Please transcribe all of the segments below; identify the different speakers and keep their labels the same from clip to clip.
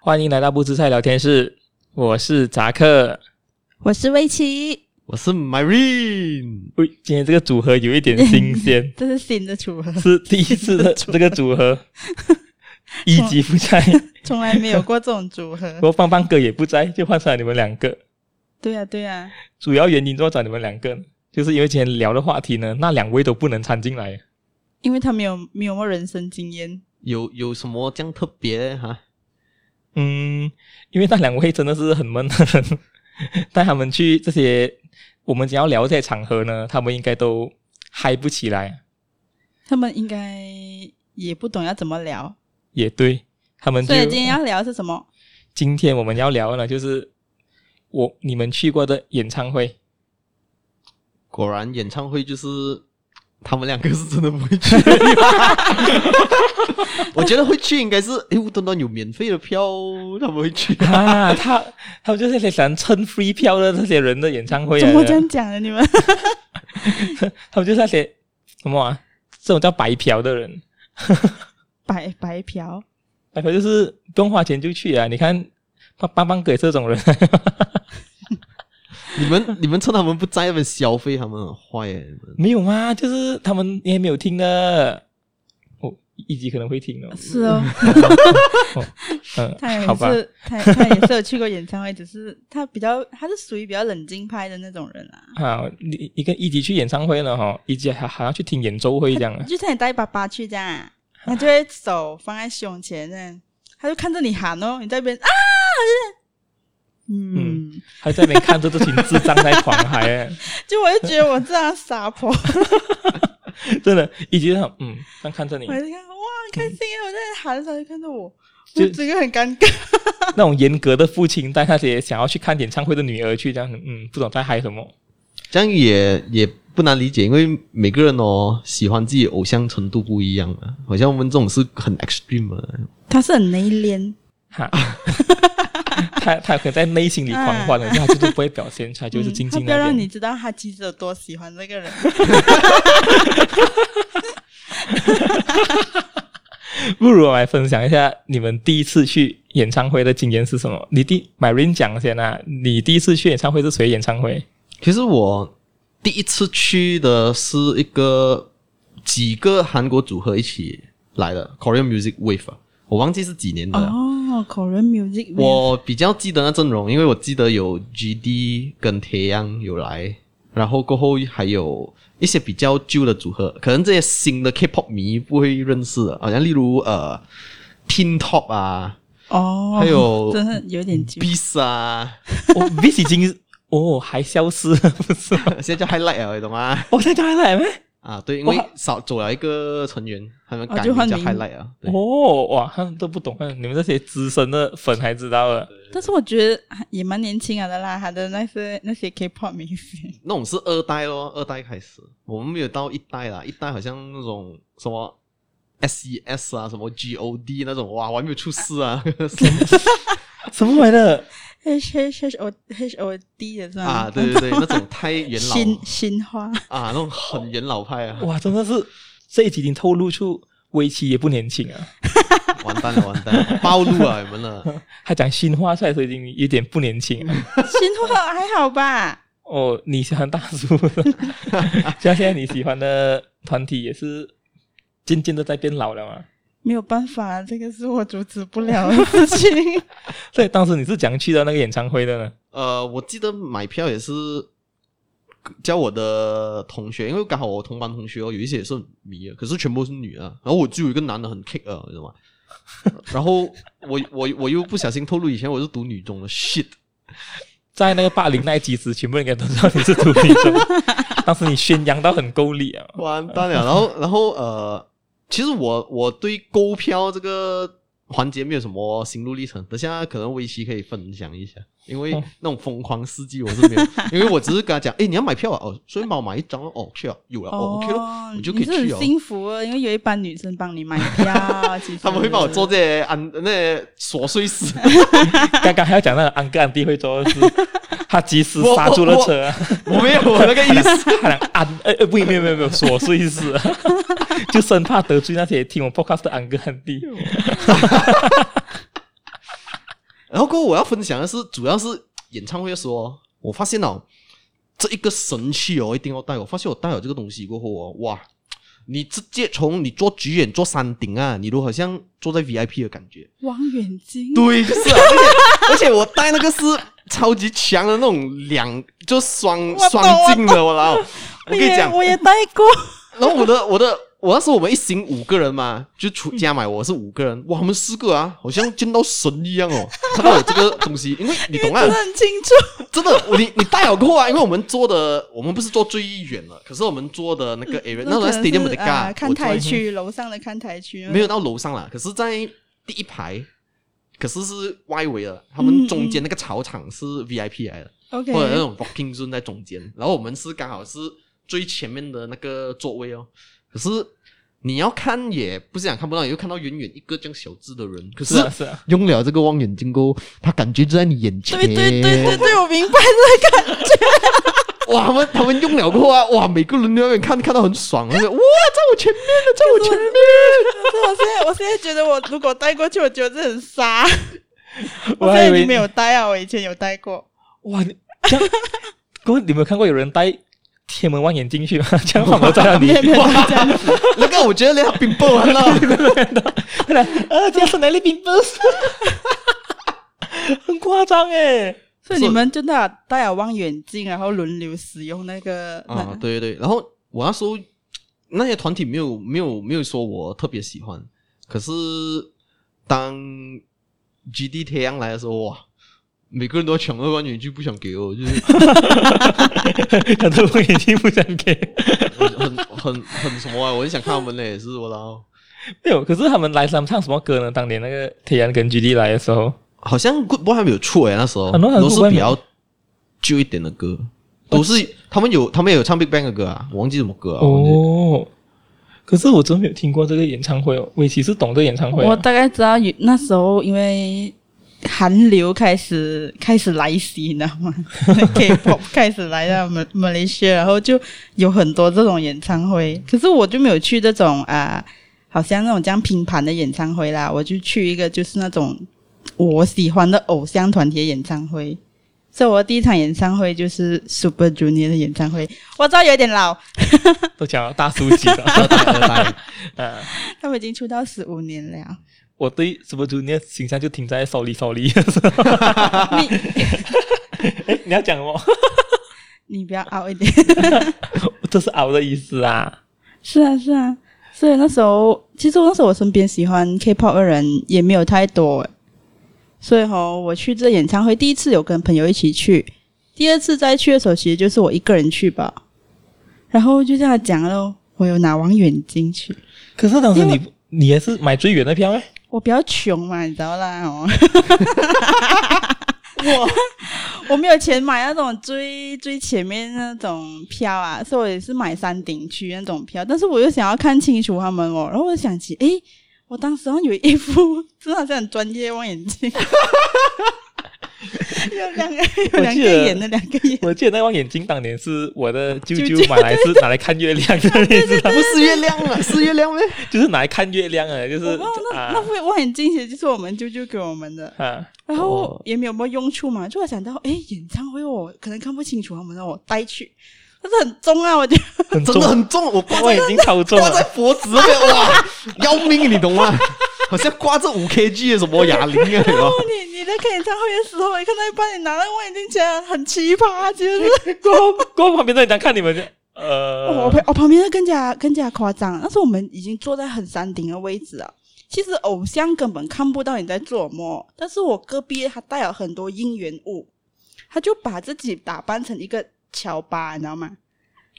Speaker 1: 欢迎来到不吃菜聊天室，我是扎克。
Speaker 2: 我是威奇，，
Speaker 3: 我是 Marine，
Speaker 1: 喂，今天这个组合有一点新鲜
Speaker 2: 这是新的组合，
Speaker 1: 是第一次的这个组合，一级不在，
Speaker 2: 从来没有过这种组 合
Speaker 1: 不。过棒棒哥也不在，就换出来你们两个。
Speaker 2: 对呀、对啊呀、
Speaker 1: 主要原因就要找你们两个呢，就是因为今天聊的话题呢，那两位都不能掺进来。
Speaker 2: 因为他没有没有什么人生经验，
Speaker 3: 有有什么这样特别哈、
Speaker 1: 嗯，因为那两位真的是很闷的人， 带他们去这些我们只要聊这些场合呢，他们应该都嗨不起来。
Speaker 2: 他们应该也不懂要怎么聊。
Speaker 1: 也对，他们就
Speaker 2: 所以今天要聊是什么？
Speaker 1: 今天我们要聊的呢，就是我你们去过的演唱会。
Speaker 3: 果然演唱会就是他们两个是真的不会去。 我觉得会去应该是，哎，无端端有免费的票，他们会去。
Speaker 1: 啊，他 他们就是那些想蹭 free 票的这些人的演唱会
Speaker 2: 怎
Speaker 1: 来
Speaker 2: 么这样
Speaker 1: 的，
Speaker 2: 讲的？你们
Speaker 1: 他们就是那些什么啊，这种叫白嫖的人，
Speaker 2: 白白嫖，
Speaker 1: 白嫖就是不用花钱就去啊。你看棒棒棒哥也是这种人，
Speaker 3: 你们你们趁他们不在那边消费，他们很坏耶。你们
Speaker 1: 没有
Speaker 2: 啊
Speaker 1: 吗？就是他们也没有听的，哦，一集可能会听 哦。
Speaker 2: 是哦，
Speaker 1: 嗯，
Speaker 2: 他也
Speaker 1: 好吧，
Speaker 2: 是，他他也是有去过演唱会，只是他比较，他是属于比较冷静派的那种人 啊。
Speaker 1: 啊，你你跟一集去演唱会了哈、一集还还要去听演奏会这样啊。
Speaker 2: 就像你带爸爸去这样啊， 他就会手放在胸前这样，他就看着你喊哦，你在一边啊，嗯，
Speaker 1: 还在那边看着这群智障在狂嗨、 欸，
Speaker 2: 就我就觉得我这样傻婆， 我
Speaker 1: 真的，一集上嗯，这样看着你，
Speaker 2: 就看哇很开心啊，我在喊的时候就看着我，
Speaker 1: 就
Speaker 2: 我整个很尴尬，
Speaker 1: 那种严格的父亲带那些想要去看演唱会的女儿去，这样嗯，不懂在嗨什么。
Speaker 3: 这样也也不难理解，因为每个人哦喜欢自己偶像程度不一样嘛。好像我们这种是很 extreme 的，
Speaker 2: 他是很内敛，
Speaker 1: 哈， 他他可能在内心里狂欢了，但他就是不会表现出来，就是静静
Speaker 2: 嗯他不要
Speaker 1: 那
Speaker 2: 让你
Speaker 1: 边。
Speaker 2: 知道他其实有多喜欢这个 人，
Speaker 1: 不如我来分享一下你们第一次去演唱会的经验是什么？你第 Marine 讲先啊，你第一次去演唱会是谁演唱 会？
Speaker 3: 其实我第一次去的是一个几个韩国组合一起来的 Korean Music Wave，、啊、我忘记是几年的了。
Speaker 2: 哦，Korean music，
Speaker 3: 啊我比较记得那阵容，因为我记得有 GD 跟 t 阳有来，然后过后还有一些比较旧的组合，可能这些新的 K-pop 迷不会认识的，好像例如呃 Teen Top 啊、
Speaker 2: 哦，
Speaker 3: 还 有
Speaker 2: 真的有点久，
Speaker 3: Beast 啊，
Speaker 1: 我 v i 已经哦还消失了，不是吗？
Speaker 3: 现在叫 Highlight 了，你懂吗？
Speaker 1: 我在哪来咩？
Speaker 3: 啊，对，因
Speaker 1: 哇
Speaker 3: 为少走了一个成员，他们
Speaker 2: 哦
Speaker 3: 改
Speaker 2: 就
Speaker 3: 名
Speaker 2: 换
Speaker 3: 叫
Speaker 2: 名
Speaker 3: Highlight 啊。对
Speaker 1: 哦，哇，他们都不懂，你们这些资深的粉还知道了。
Speaker 2: 但是我觉得也蛮年轻啊的啦，他的那些那些 K-pop 明星。
Speaker 3: 那我们是二代咯，二代开始，我们没有到一代啦，一代好像那种什么 SES 啊，什么 GOD 那种，哇，我还没有出世啊，
Speaker 1: 什么玩意儿？
Speaker 2: H H H O H O D 的是吗？
Speaker 3: 啊，对对对，那种太元老
Speaker 2: 新新 花，
Speaker 3: 啊，那种很元老派啊，
Speaker 1: 哇，真的是这一集已经透露出威奇也不年轻啊。
Speaker 3: 完蛋了完蛋了，暴露啊你们了，
Speaker 1: 他讲新话出来的时候已经有点不年轻了。
Speaker 2: 新花还好吧？
Speaker 1: 哦，你喜欢大叔， 像现在你喜欢的团体也是渐渐的在变老了嘛。
Speaker 2: 没有办法，这个是我阻止不了的事情。
Speaker 1: 所以当时你是怎样去到那个演唱会的呢？
Speaker 3: 呃，我记得买票也是叫我的同学，因为刚好我同班同学哦，有一些也是很迷的，可是全部是女的，然后我就有一个男的很 kick 啊，你知道吗？ 然后我我我又不小心透露以前我是读女中的 shit，
Speaker 1: 在那个霸凌那一集时，全部人应该都知道你是独立者。当时你宣扬到很够力啊！
Speaker 3: 完蛋了。然后，然后呃，其实我我对购票这个环节没有什么心路历程，等下可能威奇可以分享一下，因为
Speaker 1: 哦
Speaker 3: 那种疯狂事迹我是没有，因为我只是跟他讲，哎，你要买票啊，哦，顺便帮我买一张哦，哦去了，有了，哦，OK 咯。我就可以
Speaker 2: 你是
Speaker 3: 去哦
Speaker 2: 很幸福哦，因为有一帮女生帮你买 票，啊其实
Speaker 3: 他们会帮我做这些安那些琐碎事，
Speaker 1: 刚刚还要讲那个安哥安弟会做 的事，他及时刹住了车啊。
Speaker 3: 我没有我那个意思。
Speaker 1: 他俩安呃呃不，没有没有没有琐碎事啊， 就生怕得罪那些听我 podcast 的安哥安弟。
Speaker 3: 然后过后我要分享的是，主要是演唱会的时候哦，我发现哦，这一个神器哦，一定要带。我发现我带了这个东西过后哦，哇，你直接从你做局演做山顶啊，你都好像坐在 VIP 的感觉。
Speaker 2: 望远镜，
Speaker 3: 对，就是、啊， 而且而且我戴那个是超级强的那种两，就双
Speaker 2: 我懂
Speaker 3: 双镜的，我 老，我跟你
Speaker 2: 也
Speaker 3: 讲，
Speaker 2: 哎我也戴过，
Speaker 3: 然后我的我的我那时候我们一行五个人嘛，就出加买我是五个人，哇，我们四个啊，好像见到神一样哦，看到我这个东西，因为 你懂啊
Speaker 2: 真，的很清 楚。
Speaker 3: 真的，我你你戴好过啊，因为我们坐的我们不是坐最远了，可是我们坐的那个哎 area，那
Speaker 2: 嗯可
Speaker 3: 个
Speaker 2: 能是
Speaker 3: stadium 的
Speaker 2: 啊
Speaker 3: ga，
Speaker 2: 看台区，楼上的看台区，
Speaker 3: 没有到楼上啦，可是在第一排，可是是外围的，他们中间那个草场是 VIP 来的，
Speaker 2: OK，
Speaker 3: 或者那种 rocking zone 在中间，然后我们是刚好是最前面的那个座位哦。可是你要看也不是想看不到，你就看到远远一个这样小只的人，可
Speaker 1: 是啊是啊，
Speaker 3: 用了这个望远镜过后，他感觉就在你眼前
Speaker 2: 对对对对对，我明白 这个。
Speaker 3: 哇，他们他们用了过后啊，哇，每个人都在那边看看到很爽，那个哇，在我前面了，在我前面。
Speaker 2: 可是我现 在我现在觉得，我如果带过去，我觉得这很 傻。
Speaker 1: 我
Speaker 2: 我
Speaker 1: 还
Speaker 2: 现在
Speaker 1: 以
Speaker 2: 已
Speaker 1: 为
Speaker 2: 经没有带啊，我以前有带过。
Speaker 1: 哇，你这样，各位你有没有看过有人戴天门望远镜去 吗？这样放我在那里，
Speaker 3: 哇，那个我觉得连他冰雹 完了，
Speaker 1: 啊，这样是 哪里冰雹？很夸张 哎！
Speaker 2: 所以你们就戴戴了望远镜，然后轮流使用那个
Speaker 3: 啊
Speaker 2: 那，
Speaker 3: 对对对，然后我那时候那些团体没有没有没有说我特别喜欢，可是当 GD 太阳来的时候，哇，每个人都要抢二万元，就不想给我，就是
Speaker 1: 很多望远镜不想给，
Speaker 3: 很很很很什么啊，我很想看他们嘞，也是我啊后
Speaker 1: 没有。可是他们来他们唱什么歌呢？当年那个铁阳跟 G D 来的时候，
Speaker 3: 好像 Good Boy 还没有出诶，那时候
Speaker 1: 很多很多
Speaker 3: 都是
Speaker 1: Good Boy
Speaker 3: 比较旧一点的歌，都是他们有他们也有唱 Big Bang 的歌啊，我忘记什么歌啊，我忘记
Speaker 1: 哦，可是我真没有听过这个演唱会哦。伟奇是懂这个演唱会、
Speaker 2: 我
Speaker 1: 啊，
Speaker 2: 大概知道有那时候因为韩流开始开始来袭，你知道吗 ？K-pop 开始来到马马来西亚，然后就有很多这种演唱会，可是我就没有去这种啊、好像那种这样拼盘的演唱会啦，我就去一个就是那种我喜欢的偶像团体的演唱会。所以我的第一场演唱会就是 Super Junior 的演唱会，我知道有点老，
Speaker 1: 都讲 了大叔级的。啊，
Speaker 2: 他们已经出道十五年了。
Speaker 1: 我对 Super Junior 形象就停在 Sorry Sorry。哎，你要讲什么？
Speaker 2: 你不要凹一点。
Speaker 1: 这是熬的意思啊。
Speaker 2: 是啊，是啊，所以那时候，其实我那时候我身边喜欢 K-pop 的人也没有太多诶，所以吼、我去这演唱会第一次有跟朋友一起去，第二次再去的时候，其实就是我一个人去吧，然后就这样讲喽，我有拿望远镜去，
Speaker 1: 可是当时
Speaker 2: 因
Speaker 1: 你你也是买最远的票哎。
Speaker 2: 我比较穷嘛，你知道啦， 哦， 我我没有钱买那种最最前面那种票啊，所以我也是买山顶区那种票，但是我又想要看清楚他们哦，然后我就想起，诶，我当时好像有一副 真的好像很专业望远镜， 有两个有两个眼的两个眼，
Speaker 1: 我记得那望远镜当年是我的舅
Speaker 2: 舅
Speaker 1: 舅
Speaker 2: 舅
Speaker 1: 买来是 拿来看月亮的，你知 道，
Speaker 3: 不是月亮了，是月亮咩？
Speaker 1: 就是拿来看月亮啊，就是
Speaker 2: 我忘了那那
Speaker 1: 啊
Speaker 2: 副望远镜其实就是我们舅舅给我们的，
Speaker 1: 啊，
Speaker 2: 然后
Speaker 3: 哦
Speaker 2: 也没有什么用处嘛，就我想到，哎，演唱会我可能看不清楚，他们让我带去，但是很重啊，我觉得
Speaker 1: 很
Speaker 3: 真
Speaker 1: 重
Speaker 3: 的，很重， 我挂
Speaker 1: 望
Speaker 3: 在
Speaker 1: 远镜超重
Speaker 3: 挂在
Speaker 1: 啊，
Speaker 3: 脖子那边，哇，要命，你懂吗？好像挂着五 kg 的什么哑铃啊，你知道吗
Speaker 2: 你 你在看演唱会的时候，你看到一半，你拿那个望远镜起来很奇葩，其实是、
Speaker 1: 过后过后旁边的人家看你们就呃，
Speaker 2: 我旁我旁边的更加更加夸张，那时候我们已经坐在很山顶的位置了。其实偶像根本看不到你在做什么，但是我隔壁他带了很多应援物，他就把自己打扮成一个乔巴，你知道吗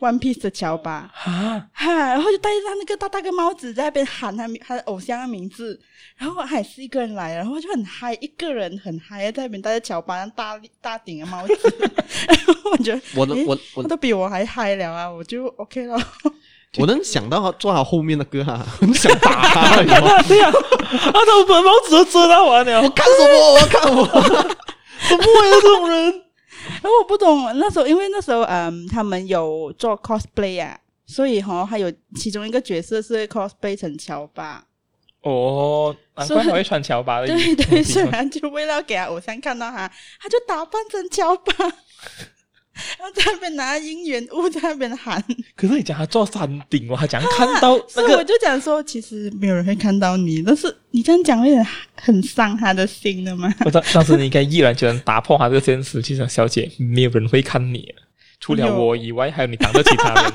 Speaker 2: ？One Piece 的乔巴，
Speaker 1: 啊，
Speaker 2: 哈，然后就戴上那个大大个帽子，在那边喊他名他的偶像的名字，然后还是一个人来，然后就很嗨，一个人很嗨，在那边戴着乔巴大大顶的帽子，然后我觉得
Speaker 3: 我能
Speaker 2: 诶
Speaker 3: 我
Speaker 2: 他
Speaker 3: 我
Speaker 2: 都比我还嗨了啊，我就 OK 了。
Speaker 3: 我能想到他坐他后面的歌啊，很想打他，你知道吗？
Speaker 1: 对呀，啊，他们把帽子都遮到完了
Speaker 3: 我，看什么？我要看我，怎么会有这种人？
Speaker 2: 然后我不懂那时候，因为那时候嗯，他们有做 cosplay 啊，所以哈、还有其中一个角色是会 cosplay 成乔巴，
Speaker 1: 哦，难怪还会穿乔巴的衣
Speaker 2: 对
Speaker 1: 服。
Speaker 2: 对，虽然就为了给他偶像看到 他，他就打扮成乔巴， 然后在那边拿姻缘物在那边喊，
Speaker 1: 可是你讲他坐山顶哦，他讲看到那
Speaker 2: 所以我
Speaker 1: 个，
Speaker 2: 就讲说，其实没有人会看到你，但是你这样讲会很很伤他的心的 嘛。
Speaker 1: 我当当时你应该毅然决然打破他这个现实，去想小姐，没有人会看你，除了我以外，还有你挡着其他人。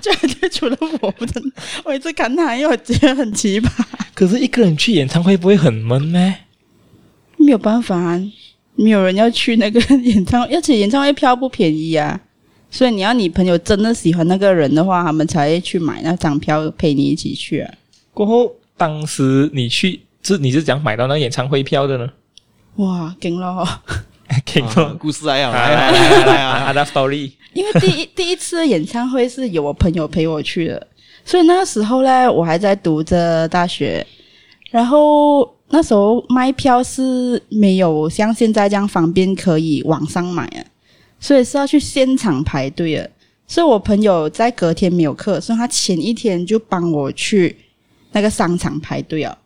Speaker 2: 就就除了我，不真的，我一直看他，因为我觉得很奇葩，
Speaker 1: 可是一个人去演唱会不会很闷吗？
Speaker 2: 没有办法啊，没有人要去那个演唱会，而且演唱会票不便宜啊，所以你要你朋友真的喜欢那个人的话，他们才会去买那张票陪你一起去啊。
Speaker 1: 过后当时你去是你是怎样买到那个演唱会票的呢？
Speaker 2: 哇，惊咯！
Speaker 1: 给
Speaker 3: 啊
Speaker 1: 我
Speaker 3: 故事来啊，
Speaker 1: 来来
Speaker 3: 来来
Speaker 1: 来
Speaker 3: 来
Speaker 1: 来
Speaker 3: 来
Speaker 1: 来
Speaker 3: 啊！
Speaker 1: 啊的 story，
Speaker 2: 因为第一 第一次演唱会是有我朋友陪我去的，所以那个时候呢，我还在读着大学，然后那时候卖票是没有像现在这样方便可以网上买啊，所以是要去现场排队的。所以我朋友在隔天没有课，所以他前一天就帮我去那个商场排队啊。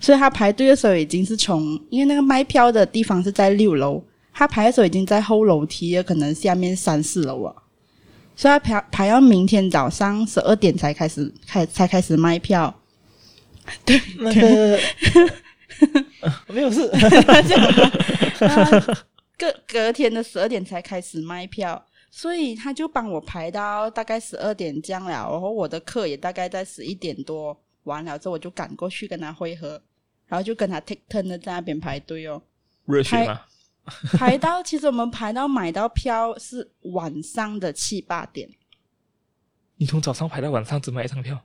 Speaker 2: 所以他排队的时候已经是从，因为那个卖票的地方是在六楼，他排的时候已经在后楼梯了，可能下面三四楼了，所以他排排到明天早上十二点才开始开才开始卖票。
Speaker 1: 那个没有事，
Speaker 2: 啊隔 隔天的十二点才开始卖票，所以他就帮我排到大概十二点这样了。然后我的课也大概在十一点多完了之后，我就赶过去跟他会合，然后就跟他 take turn 的在那边排队哦。
Speaker 1: 热血嘛，
Speaker 2: 排到其实我们排到买到票是晚上的七八点。
Speaker 1: 你从早上排到晚上只买一张票，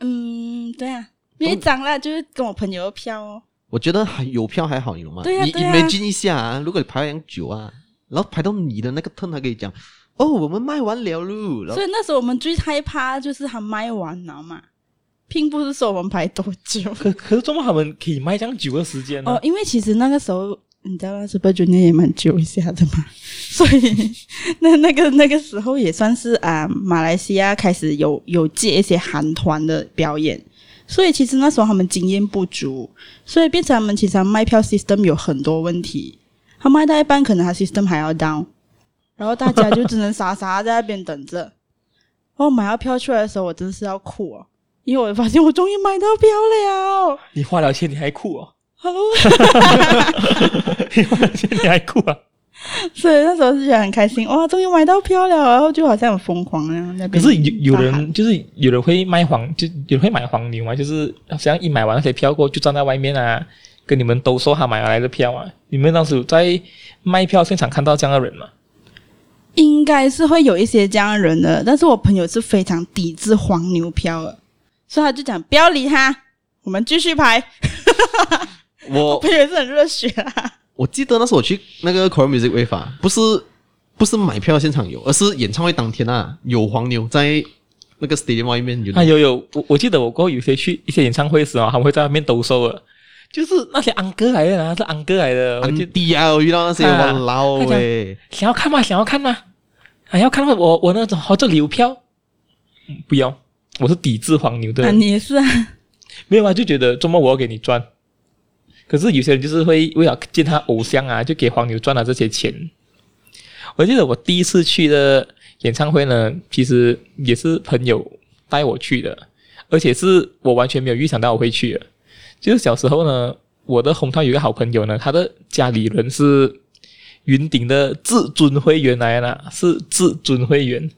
Speaker 2: 嗯，对啊，没涨啦，就是跟我朋友的票哦。
Speaker 3: 我觉得还有票还好，你懂吗？
Speaker 2: 对呀
Speaker 3: 你
Speaker 2: 对呀
Speaker 3: imagine 一下啊，如果你排很久啊，然后排到你的那个 turn，还可以讲哦，我们卖完了喽。然
Speaker 2: 所
Speaker 3: 后
Speaker 2: 以那时候我们最害怕就是他卖完了嘛，并不是说我们排多久
Speaker 1: 可可是怎么他们可以卖这样久的时间呢
Speaker 2: 哦，？因为其实那个时候你知道那 Super Junior 也蛮久一下的嘛，所以那那个那个时候也算是啊、马来西亚开始有有借一些韩团的表演。所以其实那时候他们经验不足，所以变成他们其实他们卖票 system 有很多问题。他卖到一半，可能他 system 还要 down，然后大家就只能傻傻在那边等着。然后买到票出来的时候，我真是要哭哦，因为我发现我终于买到票了。
Speaker 1: 你花了钱你还哭 哦，
Speaker 2: Hello，
Speaker 1: 你花了钱你还哭 啊？
Speaker 2: 所以那时候是觉得很开心，哇，终于买到票了，然后就好像很疯狂那样。在那
Speaker 1: 可
Speaker 2: 边
Speaker 1: 是有有
Speaker 2: 大喊
Speaker 1: 人就是有人会卖黄，就有人会买黄牛嘛，就是好像一买完那些票过后就站在外面啊，跟你们兜售他买来的票啊。你们当时有在卖票现场看到这样的人吗？
Speaker 2: 应该是会有一些这样的人的，但是我朋友是非常抵制黄牛票的，所以他就讲不要理他，我们继续排。我
Speaker 3: 我
Speaker 2: 朋友也是很热血啊，
Speaker 3: 我记得那时候我去那个 Korean Music Wave 啊，不是不是买票现场有，而是演唱会当天啊，有黄牛在那个 stadium 外面有。
Speaker 1: 啊，有有，我我记得我过后有些去一些演唱会时啊，他们会在外面兜售的，就是那些安哥来的啊，是安哥来的，我
Speaker 3: 安
Speaker 1: 就
Speaker 3: 迪啊，我遇到那哎些
Speaker 1: 啊
Speaker 3: 哇老
Speaker 1: 他讲
Speaker 3: 喂，
Speaker 1: 想要看吗？想要看吗？还、要看吗？我我那种好这里有票，嗯，不要，我是抵制黄牛的
Speaker 2: 啊，
Speaker 1: 人。
Speaker 2: 你也是啊，
Speaker 1: 没有啊，就觉得周末我要给你赚。可是有些人就是会为了见他偶像啊，就给黄牛赚了这些钱。我记得我第一次去的演唱会呢，其实也是朋友带我去的，而且是我完全没有预想到我会去的。就是小时候呢，我的hometown 有一个好朋友呢，他的家里人是云顶的至尊会员来的啦，是至尊会员，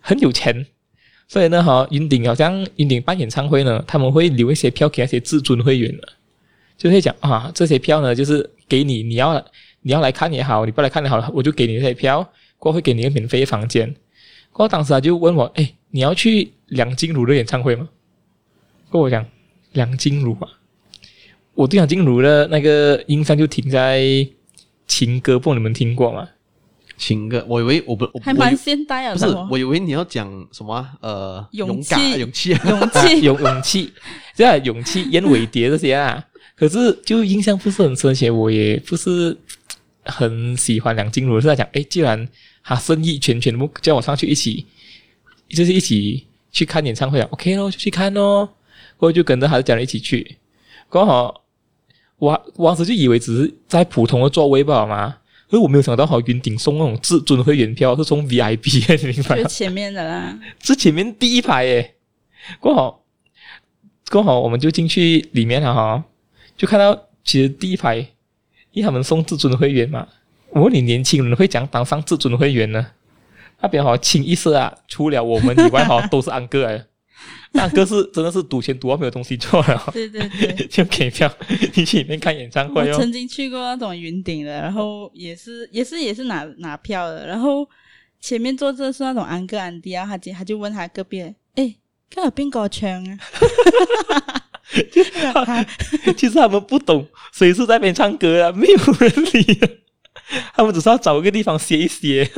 Speaker 1: 很有钱。所以呢，哈，云顶好像云顶办演唱会呢，他们会留一些票给那些至尊会员的，就会讲啊，这些票呢，就是给你，你要你要来看也好，你不来看也好，我就给你这些票，过后会给你一个免费房间。过后当时他就问我，哎，你要去梁静茹的演唱会吗？过后我讲梁静茹啊，我对梁静茹的那个印象就停在情歌，不懂你们听过吗？
Speaker 3: 情歌，我以为我不我
Speaker 2: 还
Speaker 3: 我以
Speaker 2: 蛮现代啊，
Speaker 3: 不是
Speaker 2: 什么，
Speaker 3: 我以为你要讲什么啊呃
Speaker 2: 勇
Speaker 3: 勇敢啊
Speaker 2: 气
Speaker 3: 勇气啊，
Speaker 1: 啊、
Speaker 2: 勇 气。
Speaker 1: 勇勇气，这样啊勇气、燕尾蝶这些啊。可是就印象不是很深，而且我也不是很喜欢梁静茹。是在讲，哎，既然她生意全全部叫我上去一起就是一起去看演唱会啊，OK 咯，就去看咯。过后就跟着他的家人一起去，刚好我我当时就以为只是在普通的座位罢了嘛，可是我没有想到，好云顶送那种至尊会员票是送 VIP，你明白
Speaker 2: 就
Speaker 1: 吗？
Speaker 2: 前面的啦，
Speaker 1: 是前面第一排耶，刚好刚好我们就进去里面了哈，就看到其实第一排，因为他们送至尊会员嘛，我问你年轻人会讲当上至尊会员呢？那边哈清一色啊，除了我们以外哈都是安哥哎，那安哥是真的是赌钱赌到没有东西做了，
Speaker 2: 对对对。
Speaker 1: 就给票进去里面看演唱
Speaker 2: 我
Speaker 1: 会哦
Speaker 2: 曾，经去过那种云顶的，然后也是也是也是拿拿票的，然后前面坐着是那种安哥安迪啊，他就他就问他隔壁，哎，看有边个唱啊？
Speaker 1: 其实他们不懂谁是在那边唱歌啊，没有人理啊、他们只是要找一个地方歇一歇。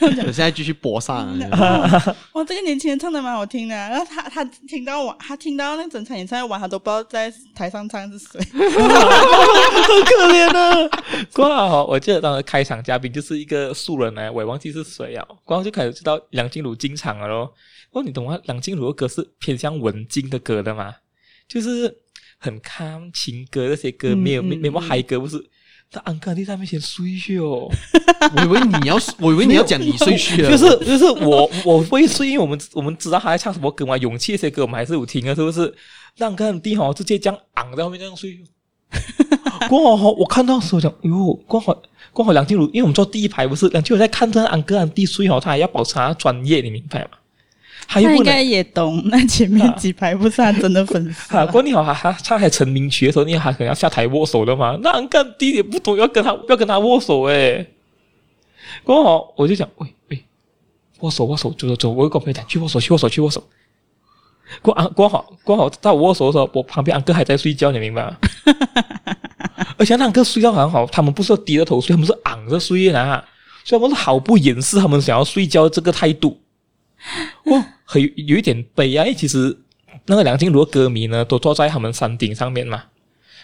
Speaker 3: 我现在继续播上 啊，
Speaker 2: 哇，这个年轻人唱的蛮好听的啊、然后他他听到我，他听到那整场演唱会完，他都不知道在台上唱是谁。
Speaker 1: 可怜啊！挂好，我记得当时开场嘉宾就是一个素人来，我也忘记是谁了。然后就开始知道梁静茹进场了咯。哦，你懂吗？梁静茹的歌是偏向文静的歌的嘛，就是很康情歌那些歌，
Speaker 2: 嗯
Speaker 1: 没有、
Speaker 2: 嗯
Speaker 1: 没没有
Speaker 2: 嗯
Speaker 1: 嗨歌，不是？他安哥在那面前睡去哦，
Speaker 3: 我以为你要，我以为你要讲你睡去啊
Speaker 1: 就
Speaker 3: 了，
Speaker 1: 是就是我我会睡，因为我们我们知道他在唱什么歌嘛，勇气那些歌我们还是有听啊的，是不是？让看地哈直接这样昂在后面这样睡。 刚好我看到的时候讲，哟，刚好刚好梁静茹，因为我们坐第一排不是梁静茹在看着安哥安弟睡哦，他还要保持他的专业，你明白吗？他又
Speaker 2: 他
Speaker 1: 不
Speaker 2: 应
Speaker 1: 能
Speaker 2: 该也懂，那前面几排不是他真的粉丝啊、
Speaker 1: 啊，过你好，还还唱还成名曲的时候，你还可能要下台握手的嘛？那安干弟也不懂要跟他要跟他握手诶、过后我就讲，喂喂，握手握手，走走走，我就跟我朋友讲去握手去握手去握手。过安过好过好，在我握手的时候，我旁边安哥还在睡觉，你明白吗？而且那安哥睡觉很好，他们不是低着头睡，他们是昂着睡的啊，所以他们是毫不掩饰他们想要睡觉这个态 度。哇，很有一点悲哀。其实那个梁静茹的歌迷呢，都坐在他们山顶上面嘛。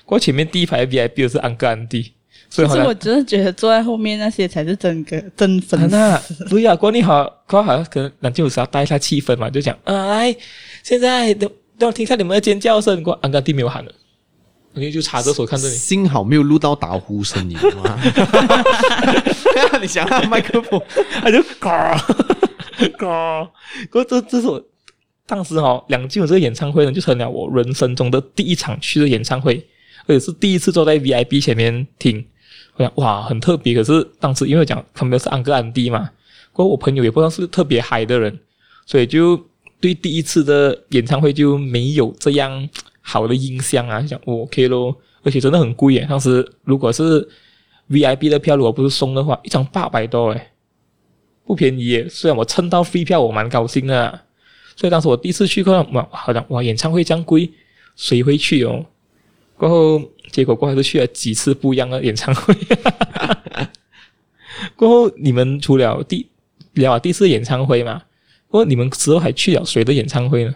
Speaker 1: 过前面第一排 VIP 的是安哥安迪，所以
Speaker 2: 其
Speaker 1: 好
Speaker 2: 实
Speaker 1: 像
Speaker 2: 我真的觉得坐在后面那些才是真歌真粉丝。
Speaker 1: 那啊对呀、过你好，过好，可能梁静茹是要带一下气氛嘛，就讲啊，来，现在等让我听一下你们的尖叫声。过安哥安迪没有喊了。OK，就插着手看着你，
Speaker 3: 幸好没有录到打呼声，你知道 吗？你想要麦克风，
Speaker 1: 他就嘎嘎，过这这是我当时哦，梁静茹这个演唱会呢，就成了我人生中的第一场去的演唱会，而且是第一次坐在 VIP 前面听，我想哇很特别。可是当时因为讲他们是安哥安迪嘛，过后我朋友也不知道是特别嗨的人，所以就对第一次的演唱会就没有这样好的印象啊，就想、哦、OK 咯，而且真的很贵耶，当时如果是 VIP 的票，如果不是送的话，一张八百多诶。不便宜耶。虽然我蹭到飞票，我蛮高兴的啊。所以当时我第一次去看，哇，好像哇，演唱会这样贵，谁会去哦？过后结果过后还是去了几次不一样的演唱会。 过后你们除了第了第一次演唱会嘛，过后你们之后还去了谁的演唱会呢？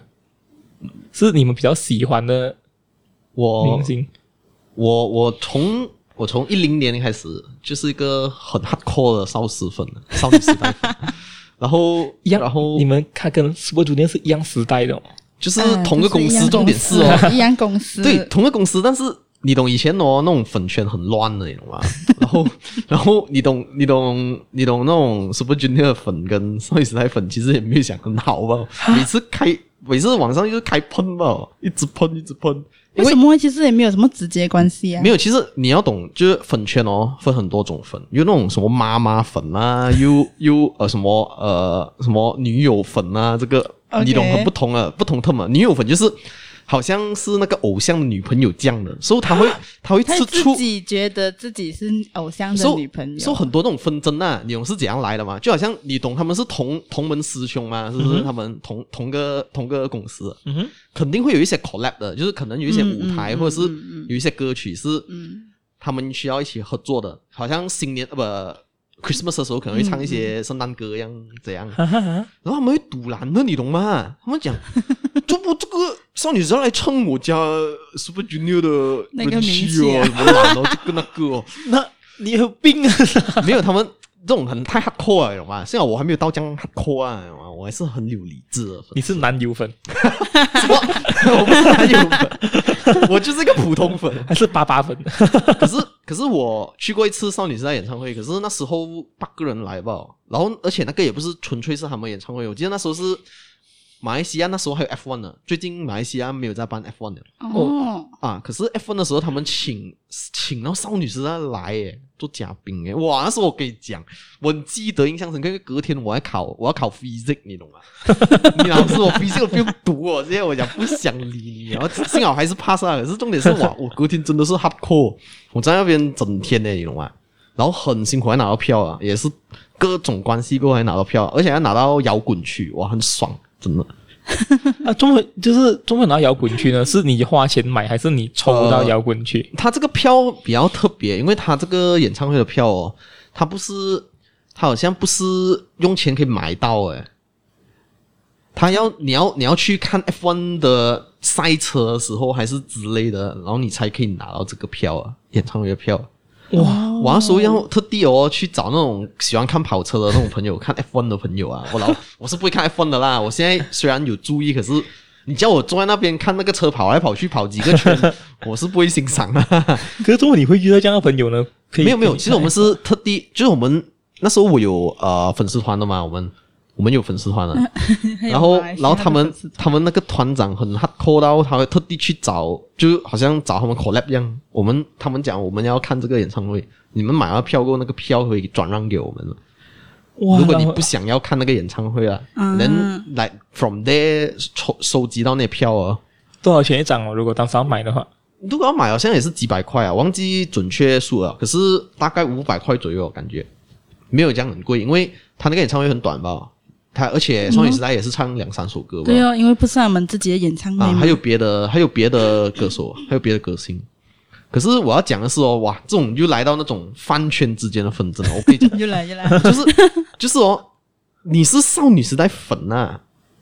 Speaker 1: 是你们比较喜欢的
Speaker 3: 我
Speaker 1: 明星？
Speaker 3: 我我从我从一零年开始就是一个很 hardcore 的少时粉，少女时代粉。然后，
Speaker 1: 一样，
Speaker 3: 然后
Speaker 1: 你们他跟 Super Junior 是一样时代的、哦，
Speaker 3: 就是
Speaker 2: 啊
Speaker 3: 同
Speaker 2: 就
Speaker 3: 个
Speaker 2: 是
Speaker 3: 公
Speaker 2: 一
Speaker 3: 司，
Speaker 2: 样
Speaker 3: 重点
Speaker 2: 公
Speaker 3: 是
Speaker 2: 司
Speaker 3: 哦，
Speaker 2: 一样公司，
Speaker 3: 对，同个公司，但是你懂以前哦，那种粉圈很乱的，你 懂吗？然后，然后你懂，你懂，你懂那种 Super Junior 的粉跟少女时代粉，其实也没有想很好吧？每次开，每次晚上就是开喷吧，一直喷，一直喷。因
Speaker 2: 为什么？其实也没有什么直接关系啊
Speaker 3: 没。有，其实你要懂，就是粉圈哦，分很多种粉，有那种什么妈妈粉 啊，又又呃什么呃什么女友粉啊，这个
Speaker 2: OK
Speaker 3: 你懂很不同啊，不同 term 啊。女友粉就是好像是那个偶像的女朋友这样的，所以他会他会
Speaker 2: 啊他
Speaker 3: 吃
Speaker 2: 自
Speaker 3: 出。
Speaker 2: 己觉得自己是偶像的
Speaker 3: 所
Speaker 2: 女
Speaker 3: 以
Speaker 2: 朋
Speaker 3: 所
Speaker 2: 友，
Speaker 3: 以很多那种纷争啊，你懂是怎样来的吗？就好像你懂他们是同同门师兄啊嘛，是不
Speaker 2: 嗯
Speaker 3: 是？他们同同个同个公司，
Speaker 1: 嗯哼，
Speaker 3: 肯定会有一些 collab 的，就是可能有一些
Speaker 2: 嗯
Speaker 3: 舞台、
Speaker 2: 嗯
Speaker 3: 或者是
Speaker 2: 嗯嗯
Speaker 3: 有一些歌曲是
Speaker 2: 嗯，
Speaker 3: 他们需要一起合作的，好像新年呃不 Christmas 的时候可能会唱一
Speaker 2: 嗯
Speaker 3: 些圣诞歌一样怎样，
Speaker 1: 哈哈哈，
Speaker 3: 然后他们会堵拦的，你懂吗？他们讲， 这不这个少女时代来唱我家 Super Junior 的
Speaker 2: 那个
Speaker 3: 人气
Speaker 2: 明星
Speaker 3: 哦，
Speaker 2: 啊
Speaker 3: 什么拦哦，这个那个哦，
Speaker 1: 那你有病啊！
Speaker 3: 没有他们这种很太 hardcore 啊了，懂吗？幸好我还没有到这样 hardcore 啊，懂吗？我还是很有理智的。
Speaker 1: 你是男友粉
Speaker 3: 什么？ 我不是男友粉，我就是一个普通粉。
Speaker 1: 还是八八粉？
Speaker 3: 可是可是我去过一次少女时代演唱会，可是那时候八个人来吧，然后而且那个也不是纯粹是他们演唱会，我记得那时候是马来西亚，那时候还有 F1 呢，最近马来西亚没有在办 F1 了
Speaker 2: 哦，
Speaker 3: 啊。可是 F1 的时候他们请请到少女时代来耶做嘉宾耶，哇！那时候我跟你讲，我很记得印象深刻，因为隔天我要考我要考 physics，你懂吗？ 你老师我 physics 不用读哦，现在我讲不想理你，然后幸好还是 pass 啊了。可是重点是我我隔天真的是 hardcore，我在那边整天呢，你懂吗？然后很辛苦还拿到票啊，也是各种关系过后还拿到票，而且还拿到摇滚区，哇，很爽，真的。
Speaker 1: 啊，中文就是中文拿摇滚区呢，是你花钱买还是你抽到摇滚区？
Speaker 3: 他这个票比较特别，因为他这个演唱会的票哦，他不是，他好像不是用钱可以买到诶，他要你要你要去看 F1 的赛车的时候还是之类的，然后你才可以拿到这个票啊，演唱会的票。
Speaker 1: 哇，
Speaker 3: 我那时候要特地哦去找那种喜欢看跑车的那种朋友，看 F1 的朋友啊。我老我是不会看 F1 的啦。我现在虽然有注意，可是你叫我坐在那边看那个车跑来跑去跑几个圈，我是不会欣赏的。
Speaker 1: 可是中文你会遇到这样的朋友呢？可以
Speaker 3: 没有没有，
Speaker 1: 可以
Speaker 3: 其实我们是特地，就是我们那时候我有呃粉丝团的嘛，我们我们有粉丝团的，然后然后他们他们那个团长很 hardcore 到他会特地去找，就好像找他们 collab 一样。我们他们讲我们要看这个演唱会，你们买了票过后，那个票可以转让给我们了。
Speaker 1: 哎哇，
Speaker 3: 如果你
Speaker 1: 然后
Speaker 3: 不想要看那个演唱会啊，
Speaker 2: 嗯
Speaker 3: 能来、from there 抽收集到那票啊。
Speaker 1: 多少钱一张哦？如果当时要买的话，
Speaker 3: 如果要买，好像也是几百块啊，忘记准确数啊了，可是大概五百块左右，感觉没有这样很贵，因为他那个演唱会很短吧，他而且少女时代也是唱两三首歌吧，
Speaker 2: 对哦，因为不是他们自己的演唱会
Speaker 3: 啊，
Speaker 2: 嘛
Speaker 3: 还有别的，还有别的歌手，还有别的歌星。可是我要讲的是哦，哇，这种又来到那种饭圈之间的纷争了。啊我跟你讲，
Speaker 2: 越来越 来，
Speaker 3: 就是就是哦，你是少女时代粉呐、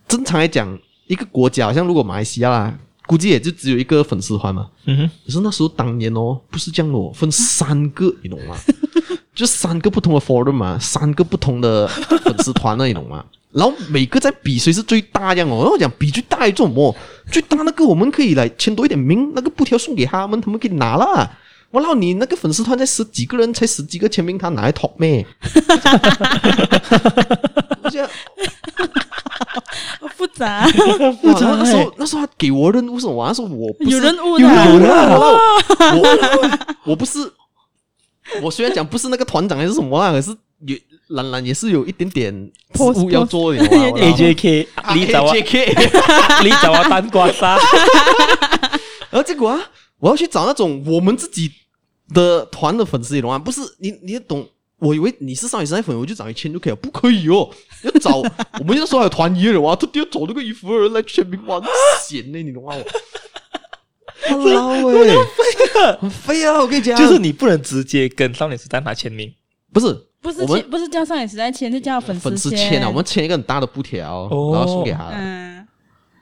Speaker 3: 正常来讲，一个国家好像如果马来西亚啦，估计也就只有一个粉丝团嘛。
Speaker 1: 嗯
Speaker 3: 可是那时候当年哦，不是这样的哦，分三个，你懂吗？ 就三个不同的 forum 嘛，三个不同的粉丝团啊那，你懂吗？然后每个在比谁是最大这样哦。然后我讲比最大做什么？最大那个我们可以来签多一点名，那个布条送给他们，他们可以拿啦。我老你那个粉丝团才十几个人，才十几个签名，他哪来 top 咩？ 我觉得
Speaker 2: 哦复杂，啊
Speaker 1: 不
Speaker 3: 哇，那时
Speaker 1: 欸
Speaker 3: 候那时候他给我任务是什么啊？那时候我不是
Speaker 2: 有任啊务
Speaker 1: 哼，有有
Speaker 2: 的，
Speaker 1: 啦，
Speaker 3: 我我我不是，我虽然讲不是那个团长还是什么啦，可是也兰兰也是有一点点职
Speaker 2: Post-
Speaker 3: 务要做的，你懂 吗
Speaker 1: A J K
Speaker 3: 啊
Speaker 1: 你找我
Speaker 3: AJK
Speaker 1: 你找我啊单瓜 沙，
Speaker 3: 啊然后结果啊，我要去找那种我们自己的团的粉丝，你懂吗？不是你，你懂？我以为你是少女时代粉，我就找你签就可以了，不可以哦，要找我们那时候还有团衣的，我要特地要找那个衣服的人来签名，哇，很闲呢，你 懂吗？ 我老哎，很废啊！我跟你讲，
Speaker 1: 欸就是你不能直接跟少年时代拿签名
Speaker 3: 不是
Speaker 2: 不是
Speaker 3: 我们
Speaker 2: 签不是叫少女时代签，是叫粉
Speaker 3: 粉丝
Speaker 2: 签
Speaker 3: 签啊，我们签一个很大的布条，
Speaker 1: 哦
Speaker 3: 然后送给他，
Speaker 2: 嗯，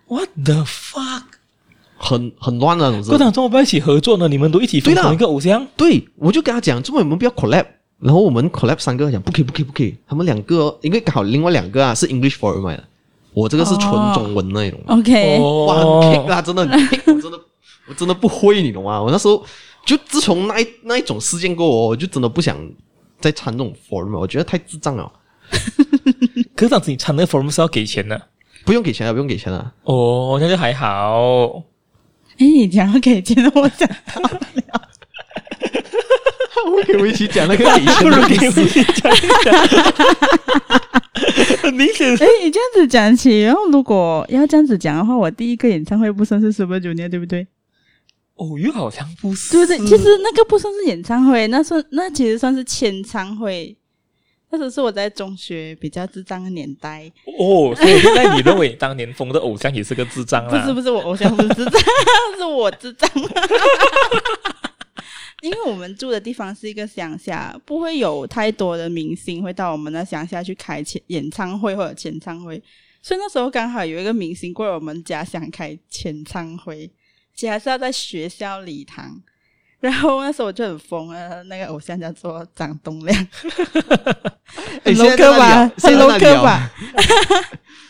Speaker 1: ，What the fuck？
Speaker 3: 很很乱啊的，总
Speaker 1: 过
Speaker 3: 之。
Speaker 1: 程中我们要一起合作呢，你们都一起粉
Speaker 3: 对的
Speaker 1: 同一个偶像，
Speaker 3: 对，我就跟他讲，这么我们不要 collab，然后我们 collab 三个讲不可以不可以不可以，他们两个哦因为刚好另外两个啊是 English for 买的，我这个是纯
Speaker 2: 哦
Speaker 3: 中文那种嘛，
Speaker 2: OK，
Speaker 3: 哎哇，很啊 kick
Speaker 1: 哦，
Speaker 3: 啦，真的很 kick，我真的我真的不会，你懂吗？我那时候就自从那一那一种事件过后，我就真的不想再参这种 forum，了我觉得太智障了，
Speaker 1: 可是当时你参那个 forum 是要给钱的，
Speaker 3: 不用给钱了，啊不用给钱了。
Speaker 1: 哦，那就还好。
Speaker 2: 哎，你讲要给钱，我 讲
Speaker 3: 我给我一起讲那个给
Speaker 1: 不如
Speaker 3: 钱的
Speaker 1: 给
Speaker 3: 意思
Speaker 1: 我一讲一讲，很 明显是
Speaker 2: 哎，你这样子讲起，然后如果要这样子讲的话，我第一个演唱会不算是 Super Junior，对不对？
Speaker 1: 哦，又好像不是，
Speaker 2: 对不对？其实那个不算是演唱会，那算那其实算是签唱会。那只是我在中学比较智障的年代，
Speaker 1: 哦，所以现在你认为当年疯的偶像也是个智障啊
Speaker 2: 不
Speaker 1: 啦？
Speaker 2: 是不是我偶像不是智 障，是我智障。因为我们住的地方是一个乡下，不会有太多的明星会到我们的乡下去开签演唱会或者签唱会，所以那时候刚好有一个明星过来我们家乡开签唱会，而且还是要在学校礼堂。然后那时候我就很疯啊，那个偶像叫做张栋梁，
Speaker 3: 哎，
Speaker 2: 很
Speaker 3: 现
Speaker 2: local
Speaker 3: 在在那里啊
Speaker 2: 吧，很 local
Speaker 3: 现在在那里啊
Speaker 2: 吧。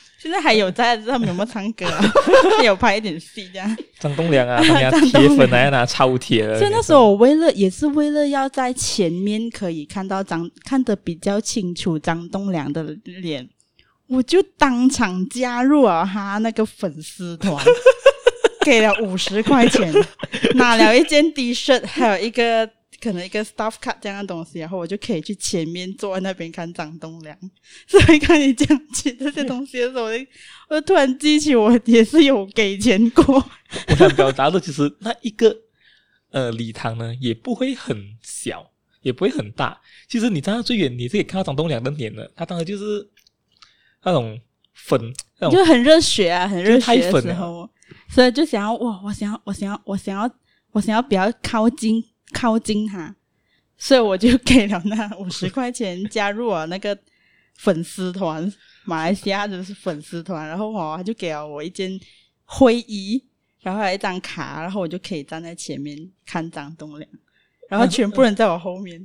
Speaker 2: 现在还有在，知道他们有没有唱歌啊？ 有拍一点戏这样。
Speaker 1: 张栋梁 啊，他们家
Speaker 2: 张栋
Speaker 1: 铁
Speaker 2: 梁
Speaker 1: 粉来拿超铁了。
Speaker 2: 所以那时候我为了也是为了要在前面可以看到张看得比较清楚张栋梁的脸，我就当场加入了他那个粉丝团，给了五十块钱，拿了一件 T 恤，还有一个可能一个 staff card 这样的东西，然后我就可以去前面坐在那边看张栋梁。所以看你讲起这些东西的时候，我就我就突然记起我也是有给钱过。
Speaker 1: 我想表达的，其实那一个呃礼堂呢，也不会很小，也不会很大。其实你站到最远，你自己看到张栋梁的脸了，他当时就是那种粉，那种
Speaker 2: 就很热血啊，很热
Speaker 1: 就
Speaker 2: 血
Speaker 1: 是太
Speaker 2: 的
Speaker 1: 粉
Speaker 2: 时
Speaker 1: 了
Speaker 2: 候，所以就想要哇，我想要，我想要，我想要，我想要比较靠近靠近他，所以我就给了那五 十块钱加入我那个粉丝团，马来西亚的是粉丝团，然后我他就给了我一件灰衣，然后还有一张卡，然后我就可以站在前面看张栋梁，然后全部人在我后面，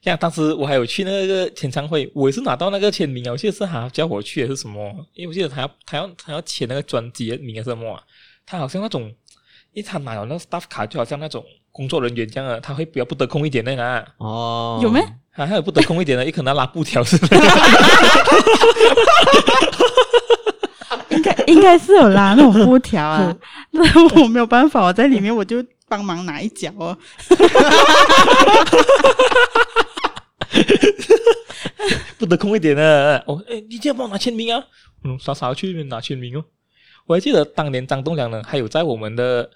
Speaker 1: 像当时我还有去那个签唱会，我也是拿到那个签名啊，我记得是他叫我去还是什么，因为我记得他要他要他要签那个专辑的名还是什么、啊，他好像那种，因为他拿了那个 staff 卡，就好像那种工作人员这样啊的，他会比较不得空一点的啊，
Speaker 3: 哦，
Speaker 2: 有没？
Speaker 1: 啊，还有不得空一点的，也可能拉布条之类的。
Speaker 2: 应该应该是有拉那 种布条啊，那我没有办法，我在里面我就帮忙拿一脚哦。
Speaker 1: 不得空一点的。哦，哎，你这样帮我拿签名啊？嗯，傻傻地去那边拿签名哦。我还记得当年张栋梁呢，还有在我们的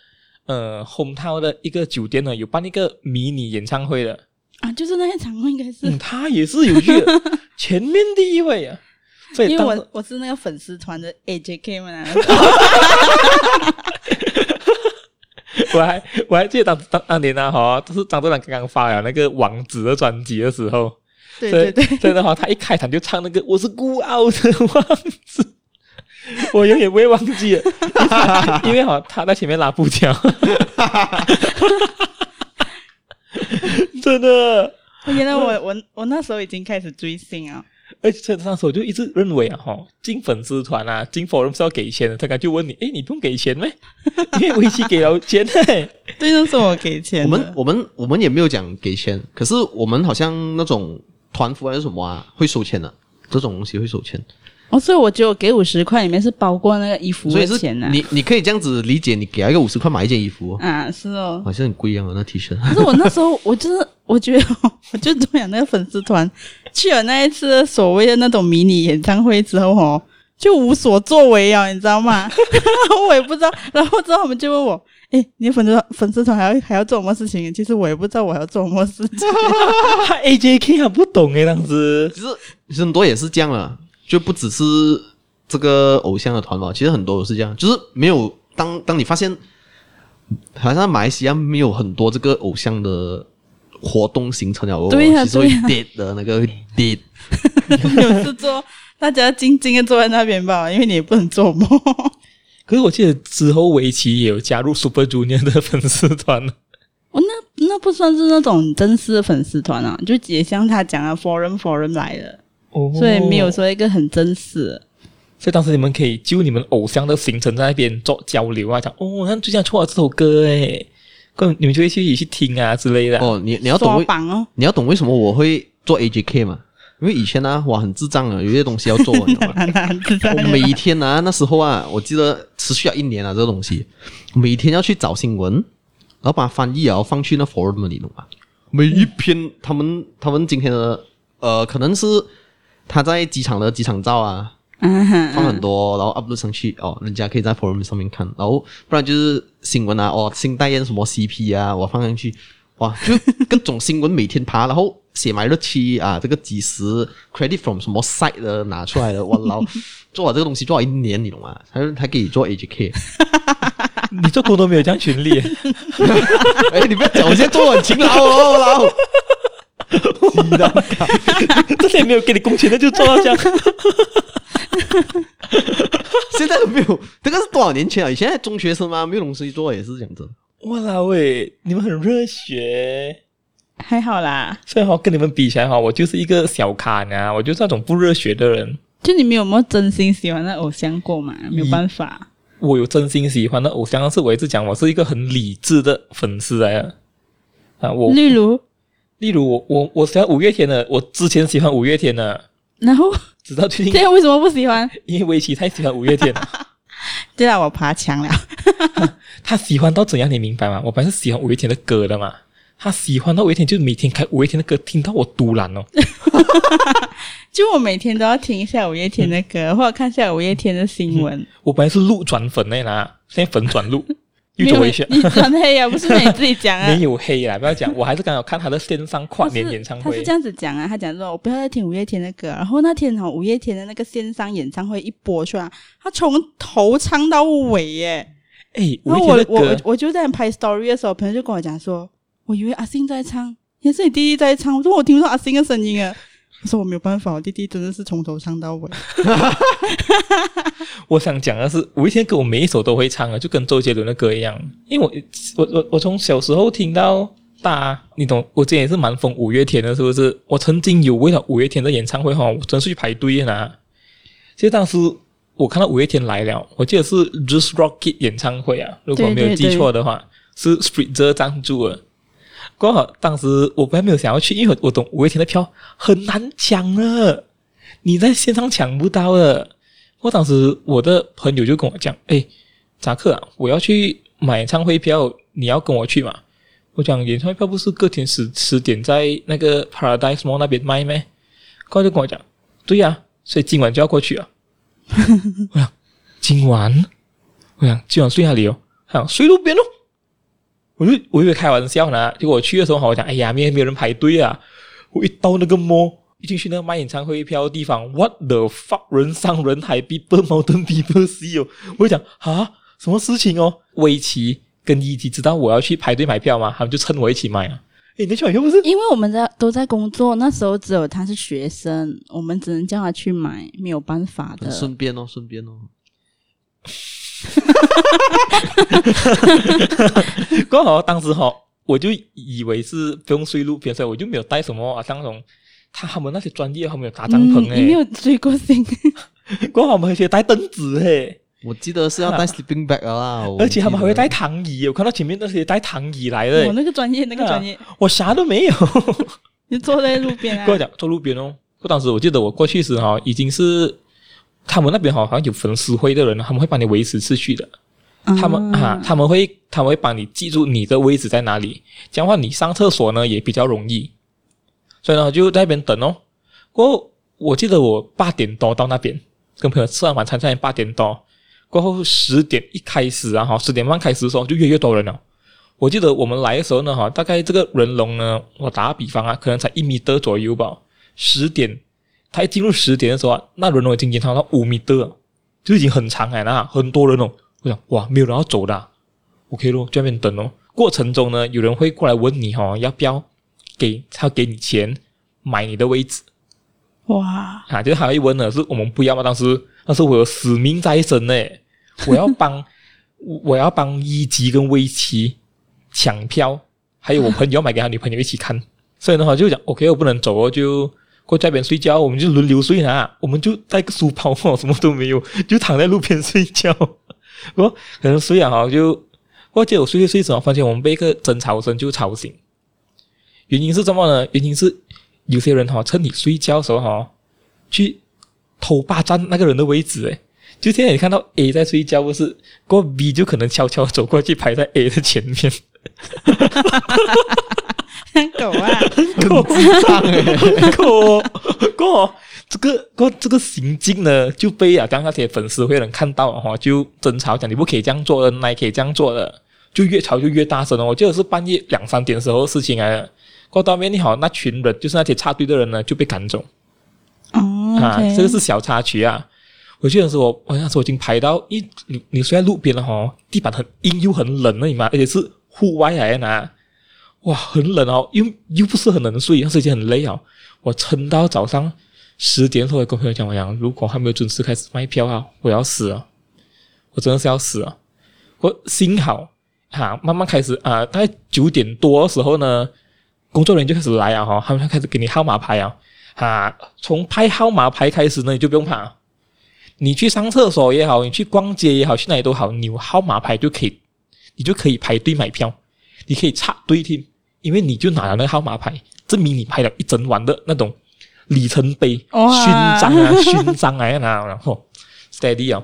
Speaker 1: 呃 home town 的一个酒店呢，有办一个迷你演唱会的。
Speaker 2: 啊，就是那些场应该是、
Speaker 1: 嗯，他也是有去的全面第一位啊。所以
Speaker 2: 因为
Speaker 1: 当时
Speaker 2: 我我是那个粉丝团 的 AJK 们啊，
Speaker 1: 我还我还记得当当当年呢、啊哈，就是张栋梁刚刚发了那个王子的专辑的时候，
Speaker 2: 对对对，
Speaker 1: 所以所以的话，他一开场就唱那个我是孤傲的王子，我永远不会忘记的， 因为哈他在前面拉布条，真的，
Speaker 2: 原 来我我我那时候已经开始追星啊，
Speaker 1: 而且那时候我就一直认为啊哈，进粉丝团啊，进 forum 是要给钱的，他刚就问你，诶，你不用给钱咩？ 因为我一起给了钱 嘿，
Speaker 2: 对，那时候我给钱
Speaker 3: 我
Speaker 2: 的
Speaker 3: 们我们我们也没有讲给钱，可是我们好像那种团服还是什么啊，会收钱的、这种东西会收钱，
Speaker 2: 哦，所以我觉得我给五十块里面是包括那个衣服
Speaker 3: 所以
Speaker 2: 的
Speaker 3: 是
Speaker 2: 钱的、啊，
Speaker 3: 你你可以这样子理解，你给他一个五十块买一件衣服，
Speaker 2: 啊是哦，
Speaker 3: 好像很贵一样啊，那 T 恤。
Speaker 2: 可是我那时候，我就是我觉得， 我就中了那个粉丝团，去了那一次所谓的那种迷你演唱会之后哦，就无所作为啊，你知道吗？ 然后我也不知道，然后之后他们就问我，哎，你的粉丝团粉丝团还要还要做什么事情？其实我也不知道我还要做什么事情。
Speaker 1: 他 AJK 还不懂诶，当时
Speaker 3: 其实其实很多也是这样了，就不只是这个偶像的团吧，其实很多都是这样，就是没有当当你发现，好像马来西亚没有很多这个偶像的活动形成了过后，
Speaker 2: 对呀
Speaker 3: 其实会
Speaker 2: 对啊呀
Speaker 3: 跌的那个会跌。
Speaker 2: 有事做，大家静静的坐在那边吧，因为你也不能做 梦。
Speaker 1: 可是我记得之后围棋也有加入 Super Junior 的粉丝团了。
Speaker 2: 我那那不算是那种真实的粉丝团啊，就也像他讲的 forum forum 来的，
Speaker 1: 哦
Speaker 2: 所以没有说一个很真实的。
Speaker 1: 所以当时你们可以就你们偶像的行程在那边做交流啊，讲哦，那最近出了这首歌诶，跟你们就会去一起听啊之类的。
Speaker 3: 哦，你你要懂
Speaker 2: 刷
Speaker 3: 为
Speaker 2: 榜哦，
Speaker 3: 你要懂为什么我会做 AJK 嘛？因为以前呢、啊，我很智障啊，有些东西要做，你知道吗？
Speaker 2: 男男子在
Speaker 3: 我每一天啊，那时候啊，我记得持续了一年啊，这个东西，每天要去找新闻，然后把它翻译啊，然后放去那 forum 里，懂吗？每一篇他们他们今天的呃，可能是他在机场的机场照啊，
Speaker 2: 嗯哼
Speaker 3: 放很多，然后 upload 上去哦，人家可以在 forum 上面看，然后不然就是新闻啊，哦，新代言什么 CP 啊，我放上去，哇，就各种新闻每天爬，然后写埋日期啊，这个几时 credit from 什么 site 的拿出来的，哇，然后 做了这个东西做了一年，你懂吗？还还给你 做 AJK，
Speaker 1: 你做工都没有这样群力，
Speaker 3: 哎，你不要讲，我现在做得很勤劳哦，然后。鸡蛋糕
Speaker 1: 这里没有给你工钱，那就做啊到这样。
Speaker 3: 现在都没有，这个是多少年前啊？以前在中学生嘛，没有东西做也是这样子。
Speaker 1: 哇啦喂，你们很热血。
Speaker 2: 还好啦，
Speaker 1: 虽然哈跟你们比起来哈，我就是一个小咖呢，我就是那种不热血的人。
Speaker 2: 就你们有没有真心喜欢的偶像过嘛？没有办法，
Speaker 1: 我有真心喜欢的偶像，但是我一直讲我是一个很理智的粉丝来的啊。我
Speaker 2: 例如，
Speaker 1: 例如我我我喜欢五月天的，我之前喜欢五月天的，
Speaker 2: 然后
Speaker 1: 直到最
Speaker 2: 这
Speaker 1: 近
Speaker 2: 样为什么不喜欢？
Speaker 1: 因为围棋太喜欢五月天了，
Speaker 2: 对啊，我爬墙了，
Speaker 1: 他喜欢到怎样你明白吗？我本来是喜欢五月天的歌的嘛，他喜欢到五月天就是每天开五月天的歌，听到我嘟懒哦。
Speaker 2: 就我每天都要听一下五月天的
Speaker 1: 嗯
Speaker 2: 歌，或者看一下五月天的新闻。
Speaker 1: 我本来是路转粉的啦，现在粉转路又
Speaker 2: 没
Speaker 1: 走
Speaker 2: 有
Speaker 1: 回去了。
Speaker 2: 你转黑啊，不是你自己讲啊
Speaker 1: 没。有黑啦，不要讲，我还是刚好看他的线上跨年演唱
Speaker 2: 他是
Speaker 1: 会
Speaker 2: 这。样子讲啊，他讲说，我不要再听五月天的歌。然后那天哈、五月天的那个线上演唱会一播出来，他从头唱到尾耶。
Speaker 1: 哎，五
Speaker 2: 然后
Speaker 1: 月天的
Speaker 2: 我我我
Speaker 1: 歌，
Speaker 2: 我就在拍 story 的时候，朋友就跟我讲说，我以为阿信在唱，也是你弟弟在唱。我说我听不到阿信的声音啊。我说我没有办法，我弟弟真的是从头唱到尾。
Speaker 1: 我想讲的是，五月天歌我每一首都会唱啊，就跟周杰伦的歌一样。因为我我我我从小时候听到大，你懂，我之前也是蛮疯五月天的，是不是？我曾经有为了五月天的演唱会哈，我真是去排队的啦。其实当时我看到五月天来了，我记得是 Just Rocket 演唱会啊，如果没有记错的话，是 Spritzer 赞助的。刚好当时我本来没有想要去，因为我我懂五月天的票很难抢的，你在线上抢不到啊的。我当时我的朋友就跟我讲：“哎，扎克啊，我要去买演唱会票，你要跟我去嘛？”我讲演唱会票不是隔天十十点在那个 Paradise Mall 那边卖咩？他就跟我讲：“对呀、所以今晚就要过去啊。” 我讲今晚，我想今晚睡哪里哦？他讲睡路边哦。我就我以为开玩笑呢，结果我去的时候哈，我讲哎呀，没没有人排队啊。我一到那个 mall，一进去那个卖演唱会票的地方，what the fuck，人上人海，people mountain people sea 哦，我就讲啊，什么事情哦？围棋跟一级知道我要去排队买票吗？他们就趁我一起买啊。诶，你那去买票不是？
Speaker 2: 因为我们在都在工作，那时候只有他是学生，我们只能叫他去买，没有办法
Speaker 1: 嗯
Speaker 2: 的。
Speaker 3: 顺便哦，顺便哦，
Speaker 1: 刚好当时哈，我就以为是不用睡路边，所以我就没有带什么啊，当种他他们那些专业，他们有搭帐篷欸
Speaker 2: 嗯，你
Speaker 1: 诶，
Speaker 2: 没有追 过星，
Speaker 1: 刚好我们还学带凳子诶。
Speaker 3: 我记得是要带 sleeping bag 的啦，
Speaker 2: 哦
Speaker 1: 啊
Speaker 3: 我
Speaker 1: 而且他们还会
Speaker 3: 记得
Speaker 1: 带躺椅，我看到前面那些带躺椅来的
Speaker 2: 我
Speaker 1: 欸，
Speaker 2: 那个专业，那个专业，
Speaker 1: 我啥都 没有。
Speaker 2: 你坐在路边啊
Speaker 1: 跟。我讲坐路边哦，我当时我记得我过去时哈、已经是他们那边好像有粉丝会的人，他们会帮你维持秩序的，
Speaker 2: 嗯
Speaker 1: 他们啊他们会他们会帮你记住你的位置在哪里，这样的话你上厕所呢也比较容易。所以呢，就在那边等哦。过后我记得我八点多到那边，跟朋友吃完晚餐在那边八点多，过后十点一开始啊哈，十点半开始的时候就越来越多人了。我记得我们来的时候呢哈，大概这个人龙呢，我打个比方啊，可能才一米多左右吧。十点，他一进入十点的时候啊，那人龙已经延长到五米多了，就已经很长哎啦，很多人哦。我想哇，没有人要走的、啊、，OK 咯，就在那边等哦。过程中呢，有人会过来问你哦，要不要给他给你钱买你的位置
Speaker 2: 哇，
Speaker 1: 啊？就是他会问的是我们不要吗？当时当时我有使命在身呢，我要帮我我要帮一级跟威奇抢票，还有我朋友要买给他女朋友一起看，所以的话就讲 OK，我不能走哦，就过家边睡觉，我们就轮流睡啦，我们就带个书包哦，什么都没有，就躺在路边睡觉。 我可能睡啊，好就我记得我睡睡睡着，发现我们被一个争吵声就吵醒。原因是什么呢？原因是有些人哈、趁你睡觉的时候哈、去偷霸占那个人的位置，诶，就现在你看到 A 在睡觉，不是过后 B 就可能悄悄走过去排在 A 的前面，
Speaker 2: 狗啊，
Speaker 1: 够智障哎， 够哦够哦，这个够这个行径呢就被啊，刚刚那些粉丝会有人看到了啊哈，就争吵讲你不可以这样做的，那也可以这样做的，就越吵就越大声哦。我记得是半夜两三点时候的事情来的。过到面你好，那群人就是那些插队的人呢就被赶走
Speaker 2: 哦
Speaker 1: 啊
Speaker 2: OK
Speaker 1: 这个是小插曲啊。我记得是我，我那时候已经排到，因为你你睡在路边了哈、哦，地板很硬又很冷了，啊你嘛，而且是户外来的呢。哇，很冷哦，又又不是很能睡，但是已经很累哦。我撑到早上十点的时候，我跟朋友讲，我讲如果还没有准时开始卖票啊，我要死了，我真的是要死了。我幸好哈、啊慢慢开始啊，大概九点多的时候呢，工作人员就开始来啊，哈，他们就开始给你号码牌啊，啊，从拍号码牌开始呢，你就不用怕了，你去上厕所也好，你去逛街也好，去哪里都好，你有号码牌就可以，你就可以排队买票，你可以插队听，因为你就拿了那个号码牌，证明你拍了一整晚的那种里程碑、
Speaker 2: 哇
Speaker 1: 勋章啊、勋章啊，那然后 steady 啊，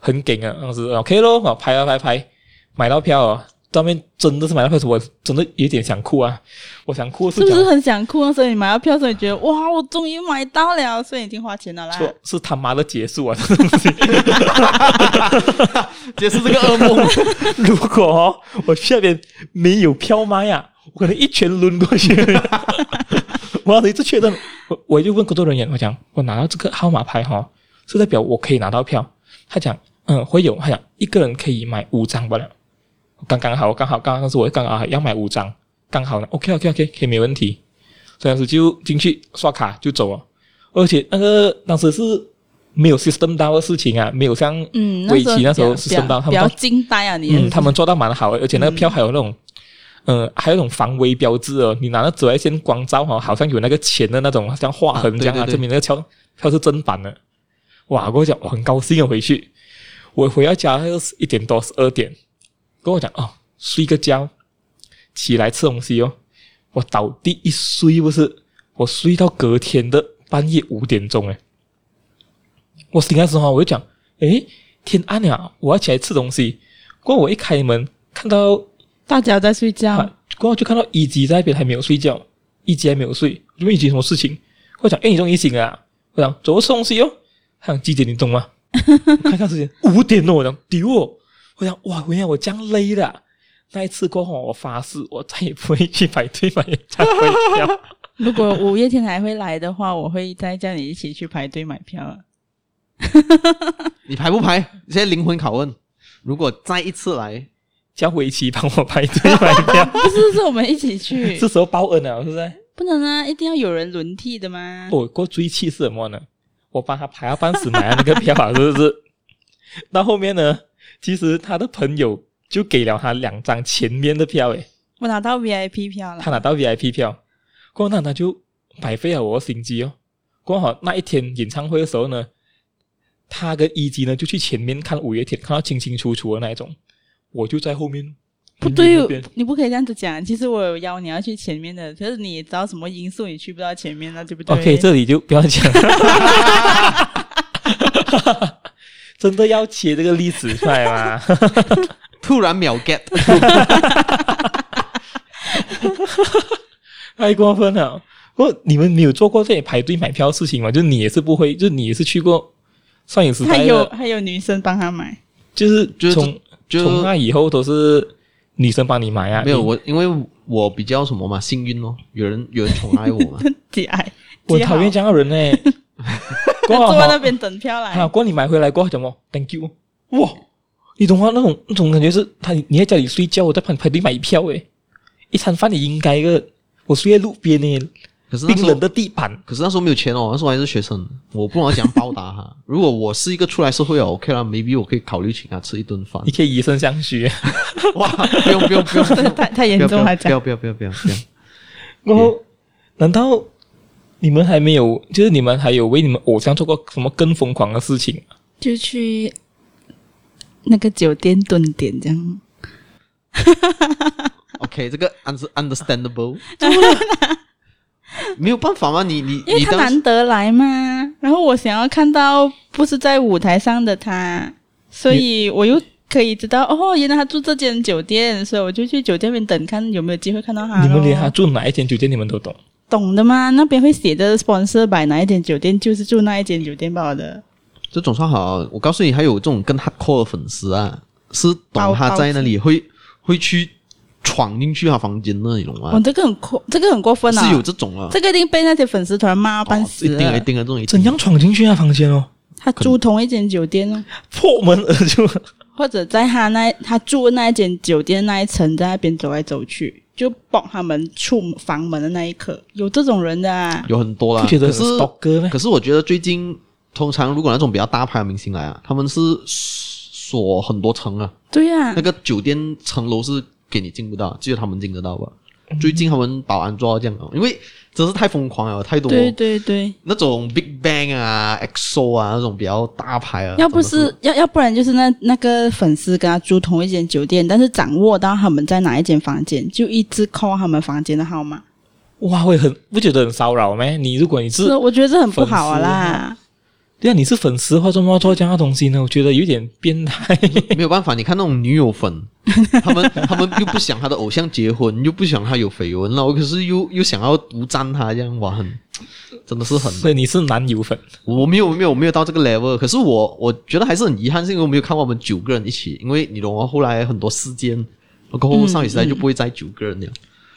Speaker 1: 很劲啊，当时 OK 咯，啊，拍啊拍拍，买到票哦。当面真的是买到票时，我真的有点想哭啊！我想哭
Speaker 2: 是不
Speaker 1: 讲
Speaker 2: 是很想哭？啊所以你买到票，所以觉得哇，我终于买到了，所以已经花钱了啦。
Speaker 1: 错，是他妈的结束啊！这东西，
Speaker 3: 解释这个噩梦。
Speaker 1: 如果、哦、我去那边没有票妈呀，我可能一拳抡过去。 我要是一直确认，我我就问工作人员，我讲我拿到这个号码牌哈、哦，是代表我可以拿到票。他讲，嗯，会有。他讲一个人可以买五张罢了，刚刚好，刚好，刚刚是我刚刚好要买五张，刚好呢。OK，OK，OK，、可以没问题。所以当时就进去刷卡就走了，而且那个当时是没有 system 到的事情啊，没有像
Speaker 2: 嗯，
Speaker 1: 围棋那时候
Speaker 2: 比
Speaker 1: 是
Speaker 2: 较
Speaker 1: 升到他
Speaker 2: 比
Speaker 1: 们
Speaker 2: 较
Speaker 1: 到
Speaker 2: 惊呆啊！你
Speaker 1: 嗯，他们做到蛮好的，而且那个票还有那种，呃，还有那种防微标志哦，你拿那紫外线光照哈、哦，好像有那个钱的那种像划痕这样啊，
Speaker 3: 啊对对对
Speaker 1: 证明那个票票是正版的。哇，跟我讲，我很高兴的回去，我回到家是一点多十二点，跟我讲哦，睡个觉，起来吃东西哦，我倒地一睡不是，我睡到隔天的半夜五点钟哎，我醒来的时候我就讲，诶，天暗了，我要起来吃东西。过后我一开门，看到
Speaker 2: 大家在睡觉，
Speaker 1: 啊，过后就看到一级在那边还没有睡觉，一级还没有睡，我就问一级什么事情，我讲，诶，你终于醒了、啊，我讲走我吃东西哦，他讲几点你懂吗？我看看时间，五点哦，我讲丢哦，我讲哇，原来我这样累的啊、那一次过后，我发誓我再也不会去排队买演唱会 票。
Speaker 2: 如果五月天还会来的话，我会再叫你一起去排队买票啊了。
Speaker 3: 你排不排？现在灵魂拷问，如果再一次来，
Speaker 1: 叫围棋帮我排队买票，
Speaker 2: 不是，是我们一起去
Speaker 1: 是，时候报恩了，是不是？
Speaker 2: 不能啊，一定要有人轮替的吗？
Speaker 1: 哦我过最气是什么呢？我帮他排到啊半死买了那个票啊，是不 是？到后面呢，其实他的朋友就给了他两张前面的票，诶，
Speaker 2: 我拿到 VIP 票了
Speaker 1: 他，拿到 VIP 票，过后呢他就白费了我的心机哦。过好那一天演唱会的时候呢，他跟一级呢就去前面看五月天，看到清清楚楚的那一种，我就在后面。
Speaker 2: 不
Speaker 1: 远
Speaker 2: 对
Speaker 1: 远那边，
Speaker 2: 你不可以这样子讲。其实我有邀你要去前面的，可是你也知道什么因素你去不到前面了，啊对不对
Speaker 1: OK，这里哦就不要讲了。 真的要切这个例子出来吗？
Speaker 3: 突然秒 get，
Speaker 1: 太过分了！不过你们没有做过这里排队买票的事情吗？就是你也是不会，就是你也是去过上影时
Speaker 2: 还
Speaker 1: 代
Speaker 2: 有
Speaker 1: 的，
Speaker 2: 还有女生帮他买，
Speaker 1: 就是
Speaker 3: 就是
Speaker 1: 从
Speaker 3: 就
Speaker 1: 从那以后都是女生帮你买啊。
Speaker 3: 没有
Speaker 1: 你
Speaker 3: 我，因为我比较什么嘛，幸运咯，有人有人宠爱我 嘛。
Speaker 2: 几矮，
Speaker 1: 我
Speaker 2: 几好
Speaker 1: 讨厌这样的人呢、 过
Speaker 2: 坐
Speaker 1: 后
Speaker 2: 在那
Speaker 1: 哈
Speaker 2: 边等票来。
Speaker 1: 啊，过后你买回来过后怎么？Thank you，哇，你懂吗？那种那种感觉是他你在家里睡觉，我在排排队买票诶、一餐饭你应该的。我睡在路边呢、
Speaker 3: 可是那
Speaker 1: 冰
Speaker 3: 时啊候
Speaker 1: 冷，的地板，
Speaker 3: 可是那时候没有钱哦，那时候还是学生，我不知道怎样报答他。如果我是一个出来社会了，OK 啦，maybe 我可以考虑请他吃一顿 饭
Speaker 1: 你。可以以身相许。
Speaker 3: 哇，不用不用不用，不
Speaker 2: 太太严
Speaker 3: 要不
Speaker 2: 重
Speaker 3: 要
Speaker 2: 还
Speaker 3: 不
Speaker 2: 讲，
Speaker 3: 要不要不要不要 不要，
Speaker 1: 然后，难道你们还没有？就是你们还有为你们偶像做过什么更疯狂的事情？
Speaker 2: 就去那个酒店蹲点这样。
Speaker 3: OK，这个 un- understandable，没有办法嘛，你你
Speaker 2: 因为
Speaker 3: 你
Speaker 2: 他
Speaker 3: 当时
Speaker 2: 难得来嘛，然后我想要看到不是在舞台上的他，所以我又可以知道哦，原来他住这间酒店，所以我就去酒店那边等，看有没有机会看到他咯。
Speaker 1: 你们连他住哪一间酒店你们都懂。
Speaker 2: 懂的吗？那边会写着 sponsor by 哪一间酒店，就是住那一间酒店罢的。
Speaker 3: 这种算好，我告诉你，还有这种更 hardcore 的粉丝啊，是懂他在那里会会去闯进去他房间那里，懂
Speaker 2: 我、
Speaker 3: 吗？
Speaker 2: 哦这个很过，这个很过分啊！
Speaker 3: 是有这种啊，
Speaker 2: 这个一定被那些粉丝团骂
Speaker 3: 哦
Speaker 2: 半
Speaker 3: 一
Speaker 2: 死
Speaker 3: 定啊
Speaker 2: 了
Speaker 3: 一。定啊，这种一定
Speaker 1: 怎样闯进去他房间哦？
Speaker 2: 他住同一间酒店哦，
Speaker 1: 破门而 入，
Speaker 2: 或者在他那他住的那一间酒店那一层，在那边走来走去，就帮他们出房门的那一刻，有这种人的啊。
Speaker 3: 有很多啦。
Speaker 1: 不觉得
Speaker 3: 可
Speaker 1: 很
Speaker 3: 是
Speaker 1: stalker 吗
Speaker 3: 可？是我觉得最近通常如果那种比较大牌的明星来啊，他们是锁很多层啊，
Speaker 2: 对呀、啊
Speaker 3: 那，个酒店层楼是给你进不到，只有他们进得到吧？最近他们保安抓这样哦，因为真是太疯狂了，太多
Speaker 2: 对对对，
Speaker 3: 那种 Big Bang 啊、EXO 啊那种比较大牌啊，
Speaker 2: 要不
Speaker 3: 真的
Speaker 2: 是要要不然就是那那个粉丝跟他住同一间酒店，但是掌握到他们在哪一间房间，就一直 call 他们房间的号码，
Speaker 1: 哇，会很不觉得很骚扰咩？你如果你是
Speaker 2: 是我觉得这很不好啊啦。
Speaker 1: 对啊，你是粉丝的话，怎么要做这样的东西呢？我觉得有点变态。
Speaker 3: 没有办法，你看那种女友粉， 他们他们又不想他的偶像结婚，又不想他有绯闻，然后可是又又想要独占他，这样哇，很真的是很，
Speaker 1: 所以你是男友粉，
Speaker 3: 我没有没有没有到这个 level，可是我我觉得还是很遗憾，是因为我没有看过我们九个人一起，因为你懂啊，后来很多事件，过后
Speaker 2: 嗯
Speaker 3: 少女时代就不会再九个人了。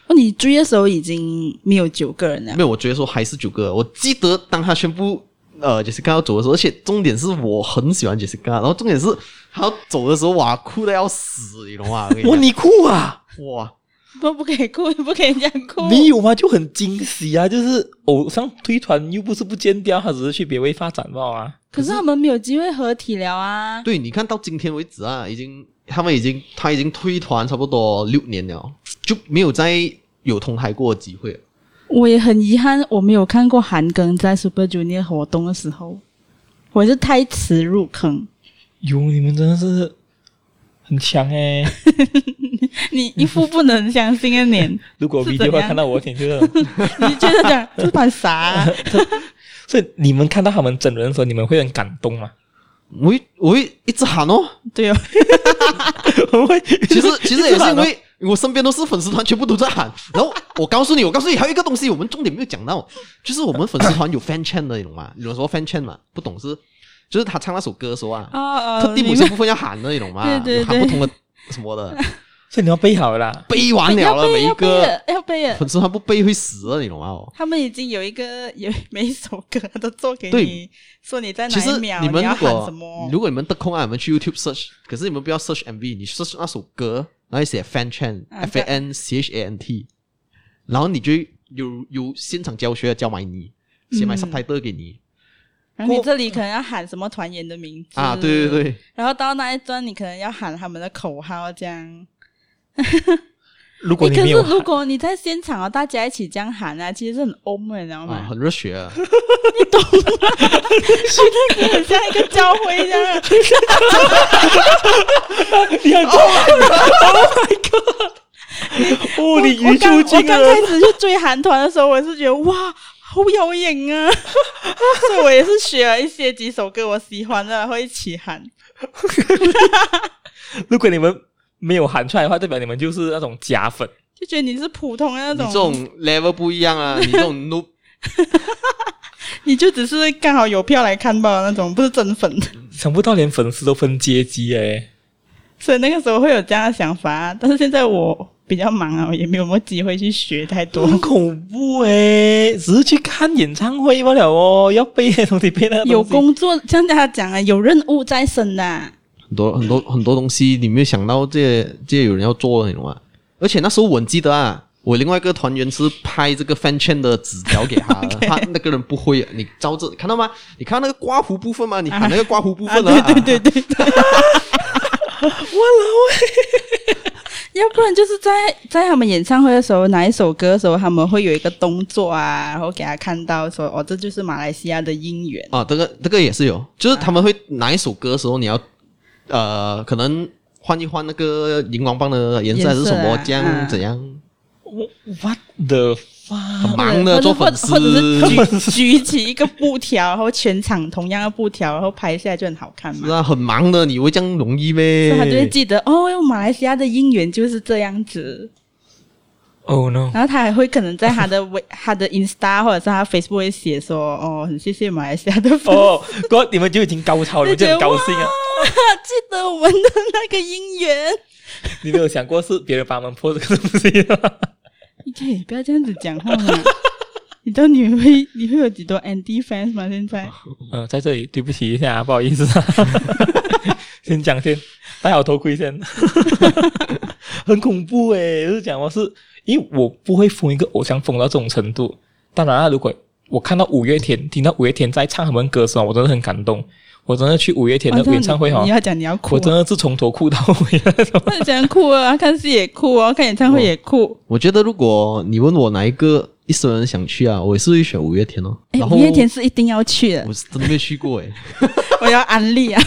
Speaker 2: 哦，你追的时候已经没有九个人了
Speaker 3: 没，有，我觉得说还是九个。我记得当他宣布呃 Jessica 要走的时候，而且重点是我很喜欢 Jessica，然后重点是他要走的时候，哇，哭的要死，你懂吗？我跟你
Speaker 1: 哇，
Speaker 3: 讲
Speaker 1: 你哭啊？
Speaker 3: 哇，
Speaker 2: 不不可以哭，不可以这样哭。
Speaker 1: 你有吗？就很惊喜啊！就是偶像推团又不是不见掉，他只是去别位发展罢啊。
Speaker 2: 可是他们没有机会合体了啊。
Speaker 3: 对，你看到今天为止啊，已经他们已经他已经退团差不多六年了，就没有再有同台过的机会了。
Speaker 2: 我也很遗憾，我没有看过韩庚在 Super Junior 活动的时候，我是太迟入坑。
Speaker 1: 哟，你们真的是很强哎、
Speaker 2: 你一副不能相信的脸，
Speaker 1: 如果
Speaker 2: 是
Speaker 1: V
Speaker 2: 怎
Speaker 1: 的话
Speaker 2: 样
Speaker 1: 看到我，挺 就是那种。
Speaker 2: 你觉得讲这盘啥啊、
Speaker 1: 所以你们看到他们整人的时候，你们会很感动吗？
Speaker 3: 我会我会一直喊哦，
Speaker 2: 对哦，
Speaker 1: 我会，
Speaker 3: 其实 其实也是因
Speaker 1: 为
Speaker 3: 为我身边都是粉丝团，全部都在喊。然后我告诉你，我告诉你，还有一个东西我们重点没有讲到，就是我们粉丝团有 fan chain 的，你懂吗？有时候 fan chain 嘛，不懂是就是他唱那首歌的时候啊，
Speaker 2: 哦
Speaker 3: 特地某
Speaker 2: 明
Speaker 3: 些
Speaker 2: 白
Speaker 3: 部分要喊的，你懂吗？
Speaker 2: 对对
Speaker 3: 有喊不
Speaker 2: 对
Speaker 3: 同的什么的，
Speaker 1: 所以你要备好了啦。
Speaker 3: 背完了
Speaker 2: 要
Speaker 3: 了每
Speaker 2: 背
Speaker 3: 一
Speaker 2: 要背
Speaker 3: 个
Speaker 2: 了，要背了。
Speaker 3: 粉丝团不背会死的，你懂吗？哦
Speaker 2: 他们已经有一个有每一首歌都做给你
Speaker 3: 对，
Speaker 2: 说你在
Speaker 3: 其
Speaker 2: 哪
Speaker 3: 实
Speaker 2: 一秒，
Speaker 3: 你们
Speaker 2: 要
Speaker 3: 如
Speaker 2: 喊
Speaker 3: 果
Speaker 2: 什么
Speaker 3: 如。果你们得空啊，你们去 YouTube search，可是你们不要 search MV，你 search 那首歌，然后你写 fan chant
Speaker 2: 啊
Speaker 3: F
Speaker 2: 对
Speaker 3: A N C H A N T，然后你就有有现场教学的教埋你，写埋
Speaker 2: 嗯
Speaker 3: subtitle 给你
Speaker 2: 然后你这里可能要喊什么团员的名字
Speaker 3: 啊，对对。对，
Speaker 2: 然后到那一段，你可能要喊他们的口号，这样。
Speaker 1: 如果
Speaker 2: 诶
Speaker 1: 你
Speaker 2: 可
Speaker 1: 没
Speaker 2: 是
Speaker 1: 有，
Speaker 2: 如果你在现场哦，大家一起这样喊啊，其实是很 o 的，你知道
Speaker 3: 啊，
Speaker 1: 哦
Speaker 2: 吗？
Speaker 3: 很热 血啊，
Speaker 2: 你很像一个教会这样。啊
Speaker 1: 你很 Oh my God！哦，你
Speaker 2: 我
Speaker 1: 语
Speaker 2: 刚
Speaker 1: 出
Speaker 2: 我
Speaker 1: 惊
Speaker 2: 刚
Speaker 1: 人
Speaker 2: 开。始去追韩团的时候，我也是觉得哇，好有瘾啊！所以我也是学了一些几首歌我喜欢的，然后一起喊。
Speaker 1: 如果你们没有喊出来的话，代表你们就是那种假粉。
Speaker 2: 就觉得你是普通的那种，
Speaker 3: 你这种 level 不一样啊，你这种 noob
Speaker 2: 你就只是刚好有票来看吧那种，不是真粉。
Speaker 1: 想不到连粉丝都分阶级欸诶、
Speaker 2: 所以那个时候会有这样的想法，啊但是现在我比较忙啊，我也没有什么机会去学太多。
Speaker 1: 很恐怖欸诶、只是去看演唱会罢了哦，要背那东西背那个东西
Speaker 2: 有工作，像大家讲啊，有任务在身啊的、
Speaker 3: 很多很多很多东西，你没有想到这些这些有人要做的，你懂吗？而且那时候我很记得啊，我另外一个团员是拍这个饭圈的纸条给 他的他那个人不会，你照着看到吗？你看到那个刮胡部分吗？你喊那个刮胡部
Speaker 2: 啊，
Speaker 3: 分
Speaker 2: 对
Speaker 3: 啊
Speaker 2: 对对对对。要不然就是在在他们演唱会的时候，哪一首歌的时候，他们会有一个动作啊，然后给他看到说，哦，这就是马来西亚的姻缘。
Speaker 3: 啊，这个这个也是有，就是他们会哪一首歌的时候，你要呃，可能换一换那个荧光棒的颜色还是什
Speaker 2: 颜
Speaker 3: 么
Speaker 2: 色啊，
Speaker 3: 这样
Speaker 2: 嗯
Speaker 3: 怎样？
Speaker 1: What the fuck？
Speaker 3: 很忙的
Speaker 2: 或者
Speaker 3: 做粉
Speaker 2: 或者
Speaker 3: 丝
Speaker 2: 或，者是举 举起一个布条，然后全场同样的布条，然后拍下来就很好看嘛
Speaker 3: 是。啊，很忙的，你会这样容易呗
Speaker 2: 所以？他就会记得
Speaker 1: 哎
Speaker 2: 哦，马来西亚的姻缘就是这样子。
Speaker 1: Oh no！
Speaker 2: 然后他还会可能在他的 微、他的 Insta 或者是他 Facebook 会写说，哦，很谢谢马来西亚的粉丝，
Speaker 1: 哦，哥，你们就已经高潮了，你们就很高兴啊！
Speaker 2: 记得我们的那个姻缘。
Speaker 1: 你没有想过是别人帮他们破这个东西吗？
Speaker 2: 你可以不要这样子讲话 嘛。你知道你会你会有几多 anti fans 吗？现在
Speaker 1: 嗯、在这里对不起一下，不好意思、 啊，先讲先，戴好头盔 先，很恐怖诶、就是讲我是因为我不会疯一个偶像疯到这种程度。当然啊，如果我看到五月天，听到五月天在唱他们歌的时候，我真的很感动。我真的去五月天的
Speaker 2: 哇这样
Speaker 1: 演唱会哈
Speaker 2: 啊你，要讲你要哭、
Speaker 1: 我真
Speaker 2: 啊，
Speaker 1: 的是从头哭到尾的那种。
Speaker 2: 那你讲哭啊，看戏也哭啊，看演唱会也 哭。
Speaker 3: 我觉得如果你问我哪一个一生人想去啊，我也是会选五月天哦。
Speaker 2: 哎，
Speaker 3: 然后
Speaker 2: 五月天是一定要去的
Speaker 3: 我，是真的没去过哎，
Speaker 2: 我要安利 啊！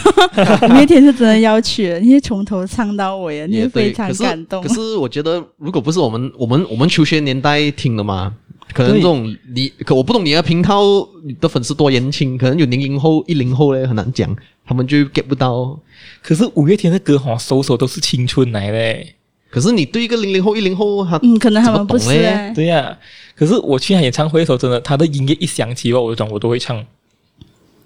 Speaker 2: 五月天是真的要去的，你是从头唱到尾 啊的，你
Speaker 3: 也
Speaker 2: 是
Speaker 3: 对
Speaker 2: 非
Speaker 3: 可
Speaker 2: 常
Speaker 3: 是
Speaker 2: 感动啊
Speaker 3: 可。是我觉得，如果不是我们我们我们求学年代听的嘛，可能
Speaker 1: 对
Speaker 3: 这种你可我不懂你的频道你的粉丝多年轻，可能有零零后、一零后嘞，很难讲，他们就 get 不到。
Speaker 1: 可是五月天的歌哈，首首都是青春来的。
Speaker 3: 可是你对一个零零后、一零后，他
Speaker 2: 嗯，可能他们不
Speaker 3: 怎么
Speaker 2: 是
Speaker 3: 懂嘞
Speaker 2: 啊。
Speaker 1: 对呀、可是我去他演唱会的时候，真的他的音乐一响起哦，我就讲我都会唱，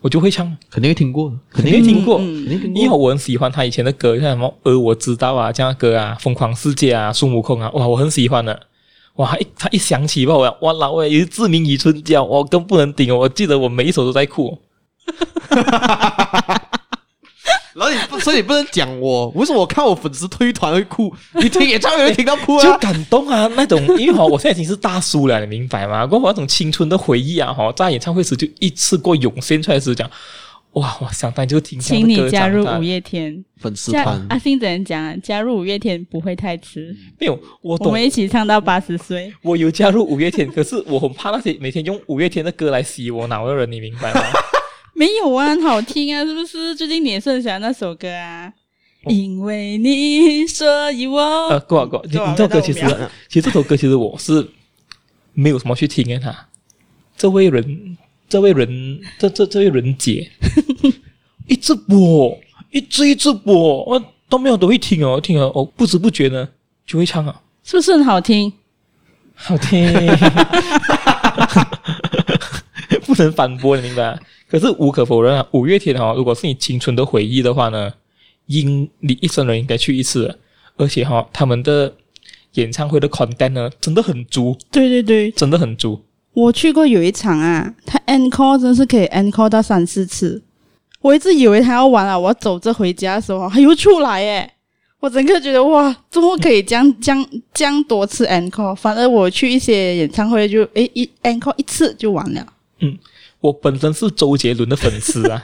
Speaker 1: 我就会唱，
Speaker 3: 肯定会听过，肯
Speaker 1: 肯
Speaker 3: 定
Speaker 1: 定听过。
Speaker 2: 嗯
Speaker 3: 肯定听
Speaker 1: 因为
Speaker 3: 过。
Speaker 1: 我很喜欢他以前的歌，像什么《而我知道》啊，这样的歌啊，《疯狂世界》啊，《孙悟空》啊，哇，我很喜欢的。哇，他一他一响起吧，我哇老也是志明与春娇，我更不能顶哦！我记得我每一首都在哭，
Speaker 3: 然后你不 所以你不能讲我，为什么我看我粉丝推团会哭？你听演唱会会听到哭
Speaker 1: 就
Speaker 3: 啊？
Speaker 1: 感动啊那种。因为哈，我现在已经是大叔了，你明白吗？过我那种青春的回忆啊，哈，在演唱会时就一次过涌现出来时讲，哇，我想当就听这样
Speaker 2: 请
Speaker 1: 的歌
Speaker 2: 你加入
Speaker 1: 长大
Speaker 2: 五月天，
Speaker 3: 粉丝
Speaker 2: 加
Speaker 3: 团
Speaker 2: 阿信只能讲啊，加入五月天不会太迟，
Speaker 1: 没有，我
Speaker 2: 我
Speaker 1: 懂
Speaker 2: 们一起唱到八十岁。
Speaker 1: 我有加入五月天，可是我很怕那些每天用五月天的歌来洗我脑的人，你明白 吗？
Speaker 2: 没有啊，很好听啊，是不是？最近你也是很喜欢那首歌啊。因为你，所以我。
Speaker 1: 呃，过啊过啊，你
Speaker 2: 过啊
Speaker 1: 你这首歌
Speaker 2: 没到
Speaker 1: 其
Speaker 2: 五
Speaker 1: 实
Speaker 2: 秒，
Speaker 1: 其实这首歌其实我是没有什么去听的哈。这位人，这位人，这这这位人 姐，一直播，一直一直播，我都没有都会听哦，听哦，我不知不觉呢就会唱啊，
Speaker 2: 是不是很好听？
Speaker 1: 好听， 不能反驳，你明白吗？可是无可否认啊，五月天哈、哦，如果是你青春的回忆的话呢，应你一生人应该去一次的，而且哈、他们的演唱会的 content 呢，真的很足，
Speaker 2: 对对对，
Speaker 1: 真的很足。
Speaker 2: 我去过有一场啊，他 encore 真是可以 encore 到三四次。我一直以为他要完了，我走着回家的时候，他又出来诶，我整个觉得哇，怎么可以这样 这样这样多次 encore？反而我去一些演唱会就诶一 encore 一次就完了。
Speaker 1: 我本身是周杰伦的粉丝啊，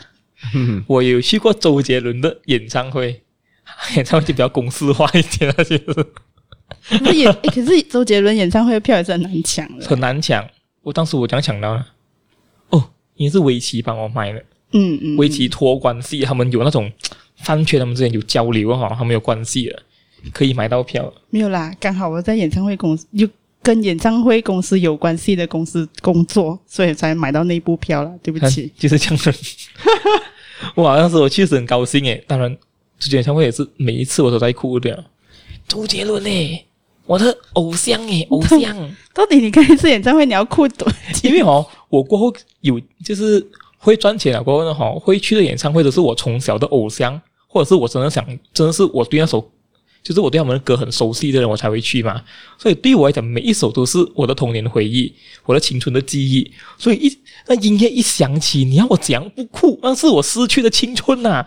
Speaker 1: 我有去过周杰伦的演唱会，演唱会就比较公式化一点啊，其实
Speaker 2: 可是也、诶可是周杰伦演唱会的票也是很难抢 的。
Speaker 1: 很难抢。我当时我怎样抢到呢？哦，也是围棋帮我买的。
Speaker 2: 嗯嗯，
Speaker 1: 围棋托关系，他们有那种饭圈，他们之间有交流啊哈，他们有关系的，
Speaker 2: 嗯
Speaker 1: 可以买到票。
Speaker 2: 没有啦，刚好我在演唱会公司又跟演唱会公司有关系的公司工作，所以才买到那部票啦。对不 起，
Speaker 1: 就是这样的。哇，当时我确实很高兴诶，当然，周杰演唱会也是每一次我都在哭的。周杰伦诶，我的偶像诶，偶像。
Speaker 2: 到底你看一次演唱会你要哭多久
Speaker 1: 因？为哦，我过后有就是会赚钱了过后呢，哈，会去的演唱会都是我从小的偶像，或者是我真的想，真的是我对那首，就是我对他们的歌很熟悉的人，我才会去嘛。所以对于我来讲，每一首都是我的童年回忆，我的青春的记忆。所以一那音乐一响起，你要我怎样不哭？那是我失去的青春呐、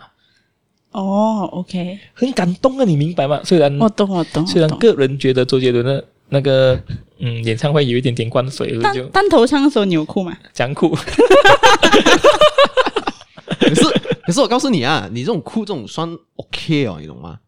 Speaker 2: 哦，OK，
Speaker 1: 很感动啊，你明白吗？虽然
Speaker 2: 我懂，我懂，
Speaker 1: 虽然
Speaker 2: 哦我懂
Speaker 1: 个人觉得周杰伦的那个嗯演唱会有一点点灌水了，就
Speaker 2: 单单头唱的时候你有哭 吗？
Speaker 1: 讲哭。
Speaker 3: 可是，可是我告诉你啊，你这种哭这种算 OK 哦，你懂吗？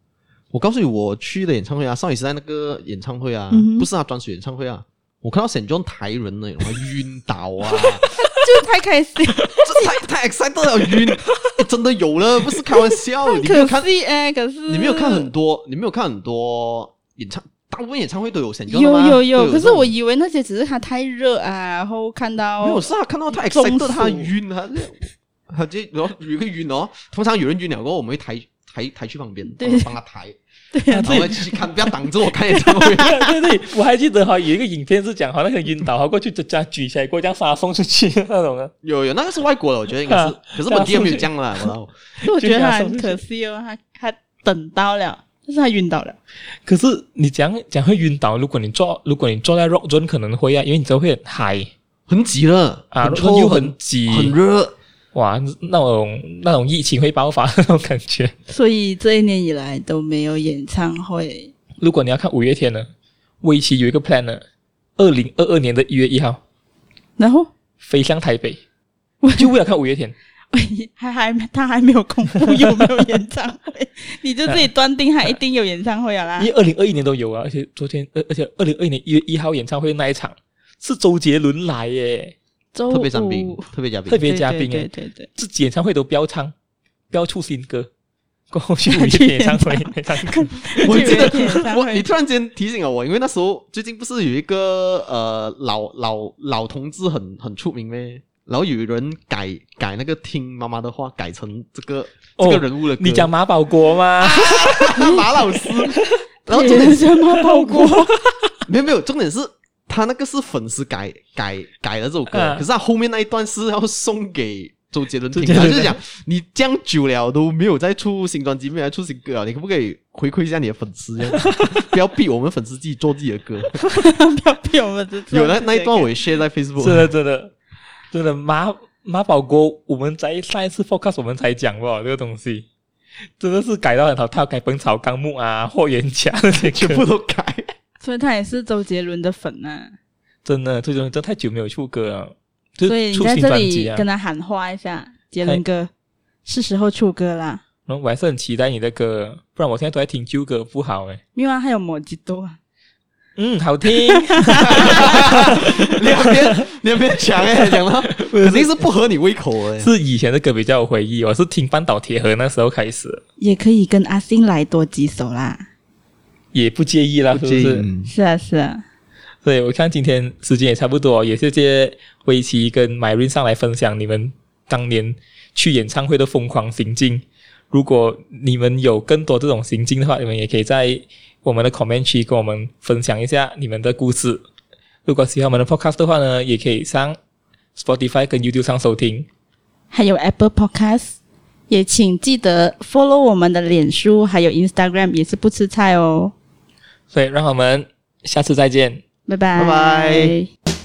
Speaker 3: 我告诉你，我去的演唱会啊，少女时代那个演唱会啊，
Speaker 2: 嗯哼
Speaker 3: 不是他专属演唱会啊，我看到沈庄抬人了，你懂吗？ 晕倒啊，
Speaker 2: 就是太开心，
Speaker 3: 这太太 excited 了，晕，诶真的有了，不是开玩笑，你没有看
Speaker 2: 可，惜哎，可是
Speaker 3: 你没有看很多，你没有看很多演唱，大部分演唱会都有沈庄的
Speaker 2: 有
Speaker 3: 吗
Speaker 2: 有
Speaker 3: 都
Speaker 2: 有，可
Speaker 3: 这
Speaker 2: 是
Speaker 3: 种
Speaker 2: 我以为那些只是他太热啊，然后看到
Speaker 3: 没有，是他啊看到他
Speaker 2: 中
Speaker 3: excited，
Speaker 2: 暑
Speaker 3: 他晕，他就他就然后有一个晕哦，通常有人晕了过后，我们会抬抬抬去旁边，
Speaker 2: 对
Speaker 3: 帮他帮他抬。
Speaker 2: 对啊
Speaker 3: 然，后我去看，不要挡着我看演唱会。
Speaker 1: 对对，我还记得哈，有一个影片是讲哈，那个晕倒哈过去就这样举起来过，这样杀送出去那种啊的。
Speaker 3: 有有，那个是外国的，我觉得应该是
Speaker 1: 啊，
Speaker 3: 可是本地人没有这 样啦。然后
Speaker 2: 所以我觉得他很可惜哦，他他等到了，但是他晕倒了。
Speaker 1: 可是你讲讲会晕倒，如果你坐如果你坐在 rock zone 可能会啊，因为你真的会很嗨
Speaker 3: 很挤了，
Speaker 1: 啊，
Speaker 3: 很
Speaker 1: rock zone 又
Speaker 3: 臭，
Speaker 1: 很
Speaker 3: 很
Speaker 1: 挤，
Speaker 3: 很热。
Speaker 1: 哇，那种那种疫情会爆发那种感觉。
Speaker 2: 所以这一年以来都没有演唱会。
Speaker 1: 如果你要看五月天呢，为期有一个 plan 呢，二零二二年的一月一号
Speaker 2: 然后
Speaker 1: 飞向台北，就为了看五月天。
Speaker 2: 还还没他还没有公布有没有演唱 会，你就自己断定他一定有演唱会了啦
Speaker 1: 因为。二零二一年都有啊，而且昨天，而而且二零二一年一月一号演唱会那一场是周杰伦来耶，
Speaker 2: 周
Speaker 3: 特别嘉宾
Speaker 2: 五，
Speaker 3: 特别嘉宾
Speaker 1: 特，别嘉宾
Speaker 2: 对
Speaker 1: 耶，
Speaker 2: 对对对
Speaker 1: 自己演唱会都飙唱，飙出新 歌，过后去五月天演唱会唱歌，
Speaker 3: 我记得
Speaker 2: 特别演唱会
Speaker 3: 我你突然间提醒了我，因为那时候最近不是有一个呃老老老同志很很出名咩？然后有人改改那个听妈妈的话，改成这个、这
Speaker 1: 哦
Speaker 3: 个人物的歌。
Speaker 1: 你讲马保国 吗？
Speaker 3: 马老 师， 然后重点
Speaker 2: 对，什么包裹？
Speaker 3: 没有没有，重点是他那个是粉丝改改改了这首歌，
Speaker 1: 嗯
Speaker 3: 可是他后面那一段是要送给周杰伦听
Speaker 1: 周杰
Speaker 3: 的，他
Speaker 1: 伦
Speaker 3: 就是讲你这样久了都没有再出新专辑，没有再出新歌了，你可不可以回馈一下你的粉丝，这样 不要逼我们粉丝自己做自己的歌。
Speaker 2: 不要骗我们这
Speaker 3: 有那那一段我也 share 在 Facebook，
Speaker 1: 真的真的真的马马保国，我们在上一次 focus 我们才讲过这个东西，真的是改到很好，他要改本草纲目啊、霍元甲那些
Speaker 3: 全
Speaker 1: 歌
Speaker 3: 部都改。
Speaker 2: 所以他也是周杰伦的粉啊，
Speaker 1: 真的，周杰伦真的太久没有出歌了，就
Speaker 2: 所以你
Speaker 1: 出
Speaker 2: 在
Speaker 1: 新
Speaker 2: 这
Speaker 1: 专
Speaker 2: 里
Speaker 1: 辑啊。
Speaker 2: 跟他喊话一下，杰伦哥，是时候出歌啦。
Speaker 1: 然后我还是很期待你的歌，不然我现在都在听旧歌，不好哎。
Speaker 2: 另外还有莫吉多啊，
Speaker 1: 嗯，好 听，
Speaker 3: 两边两边讲哎，讲到 肯定是不合你胃口哎、
Speaker 1: 是以前的歌比较有回忆，我是听半岛铁盒那时候开始，
Speaker 2: 也可以跟阿信来多几首啦。
Speaker 1: 也不介意啦，是不是？
Speaker 3: 嗯
Speaker 2: 是啊，是啊，
Speaker 1: 所以我看今天时间也差不多，也谢谢威奇跟 Myrin 上来分享你们当年去演唱会的疯狂行径。如果你们有更多这种行径的话，你们也可以在我们的 comment 区跟我们分享一下你们的故事。如果喜欢我们的 podcast 的话呢，也可以上 Spotify 跟 YouTube 上收听。
Speaker 2: 还有 Apple Podcast，也请记得 follow 我们的脸书，还有 Instagram，也是不吃菜哦。
Speaker 1: 所以，让我们下次再见。
Speaker 2: 拜拜，
Speaker 3: 拜拜。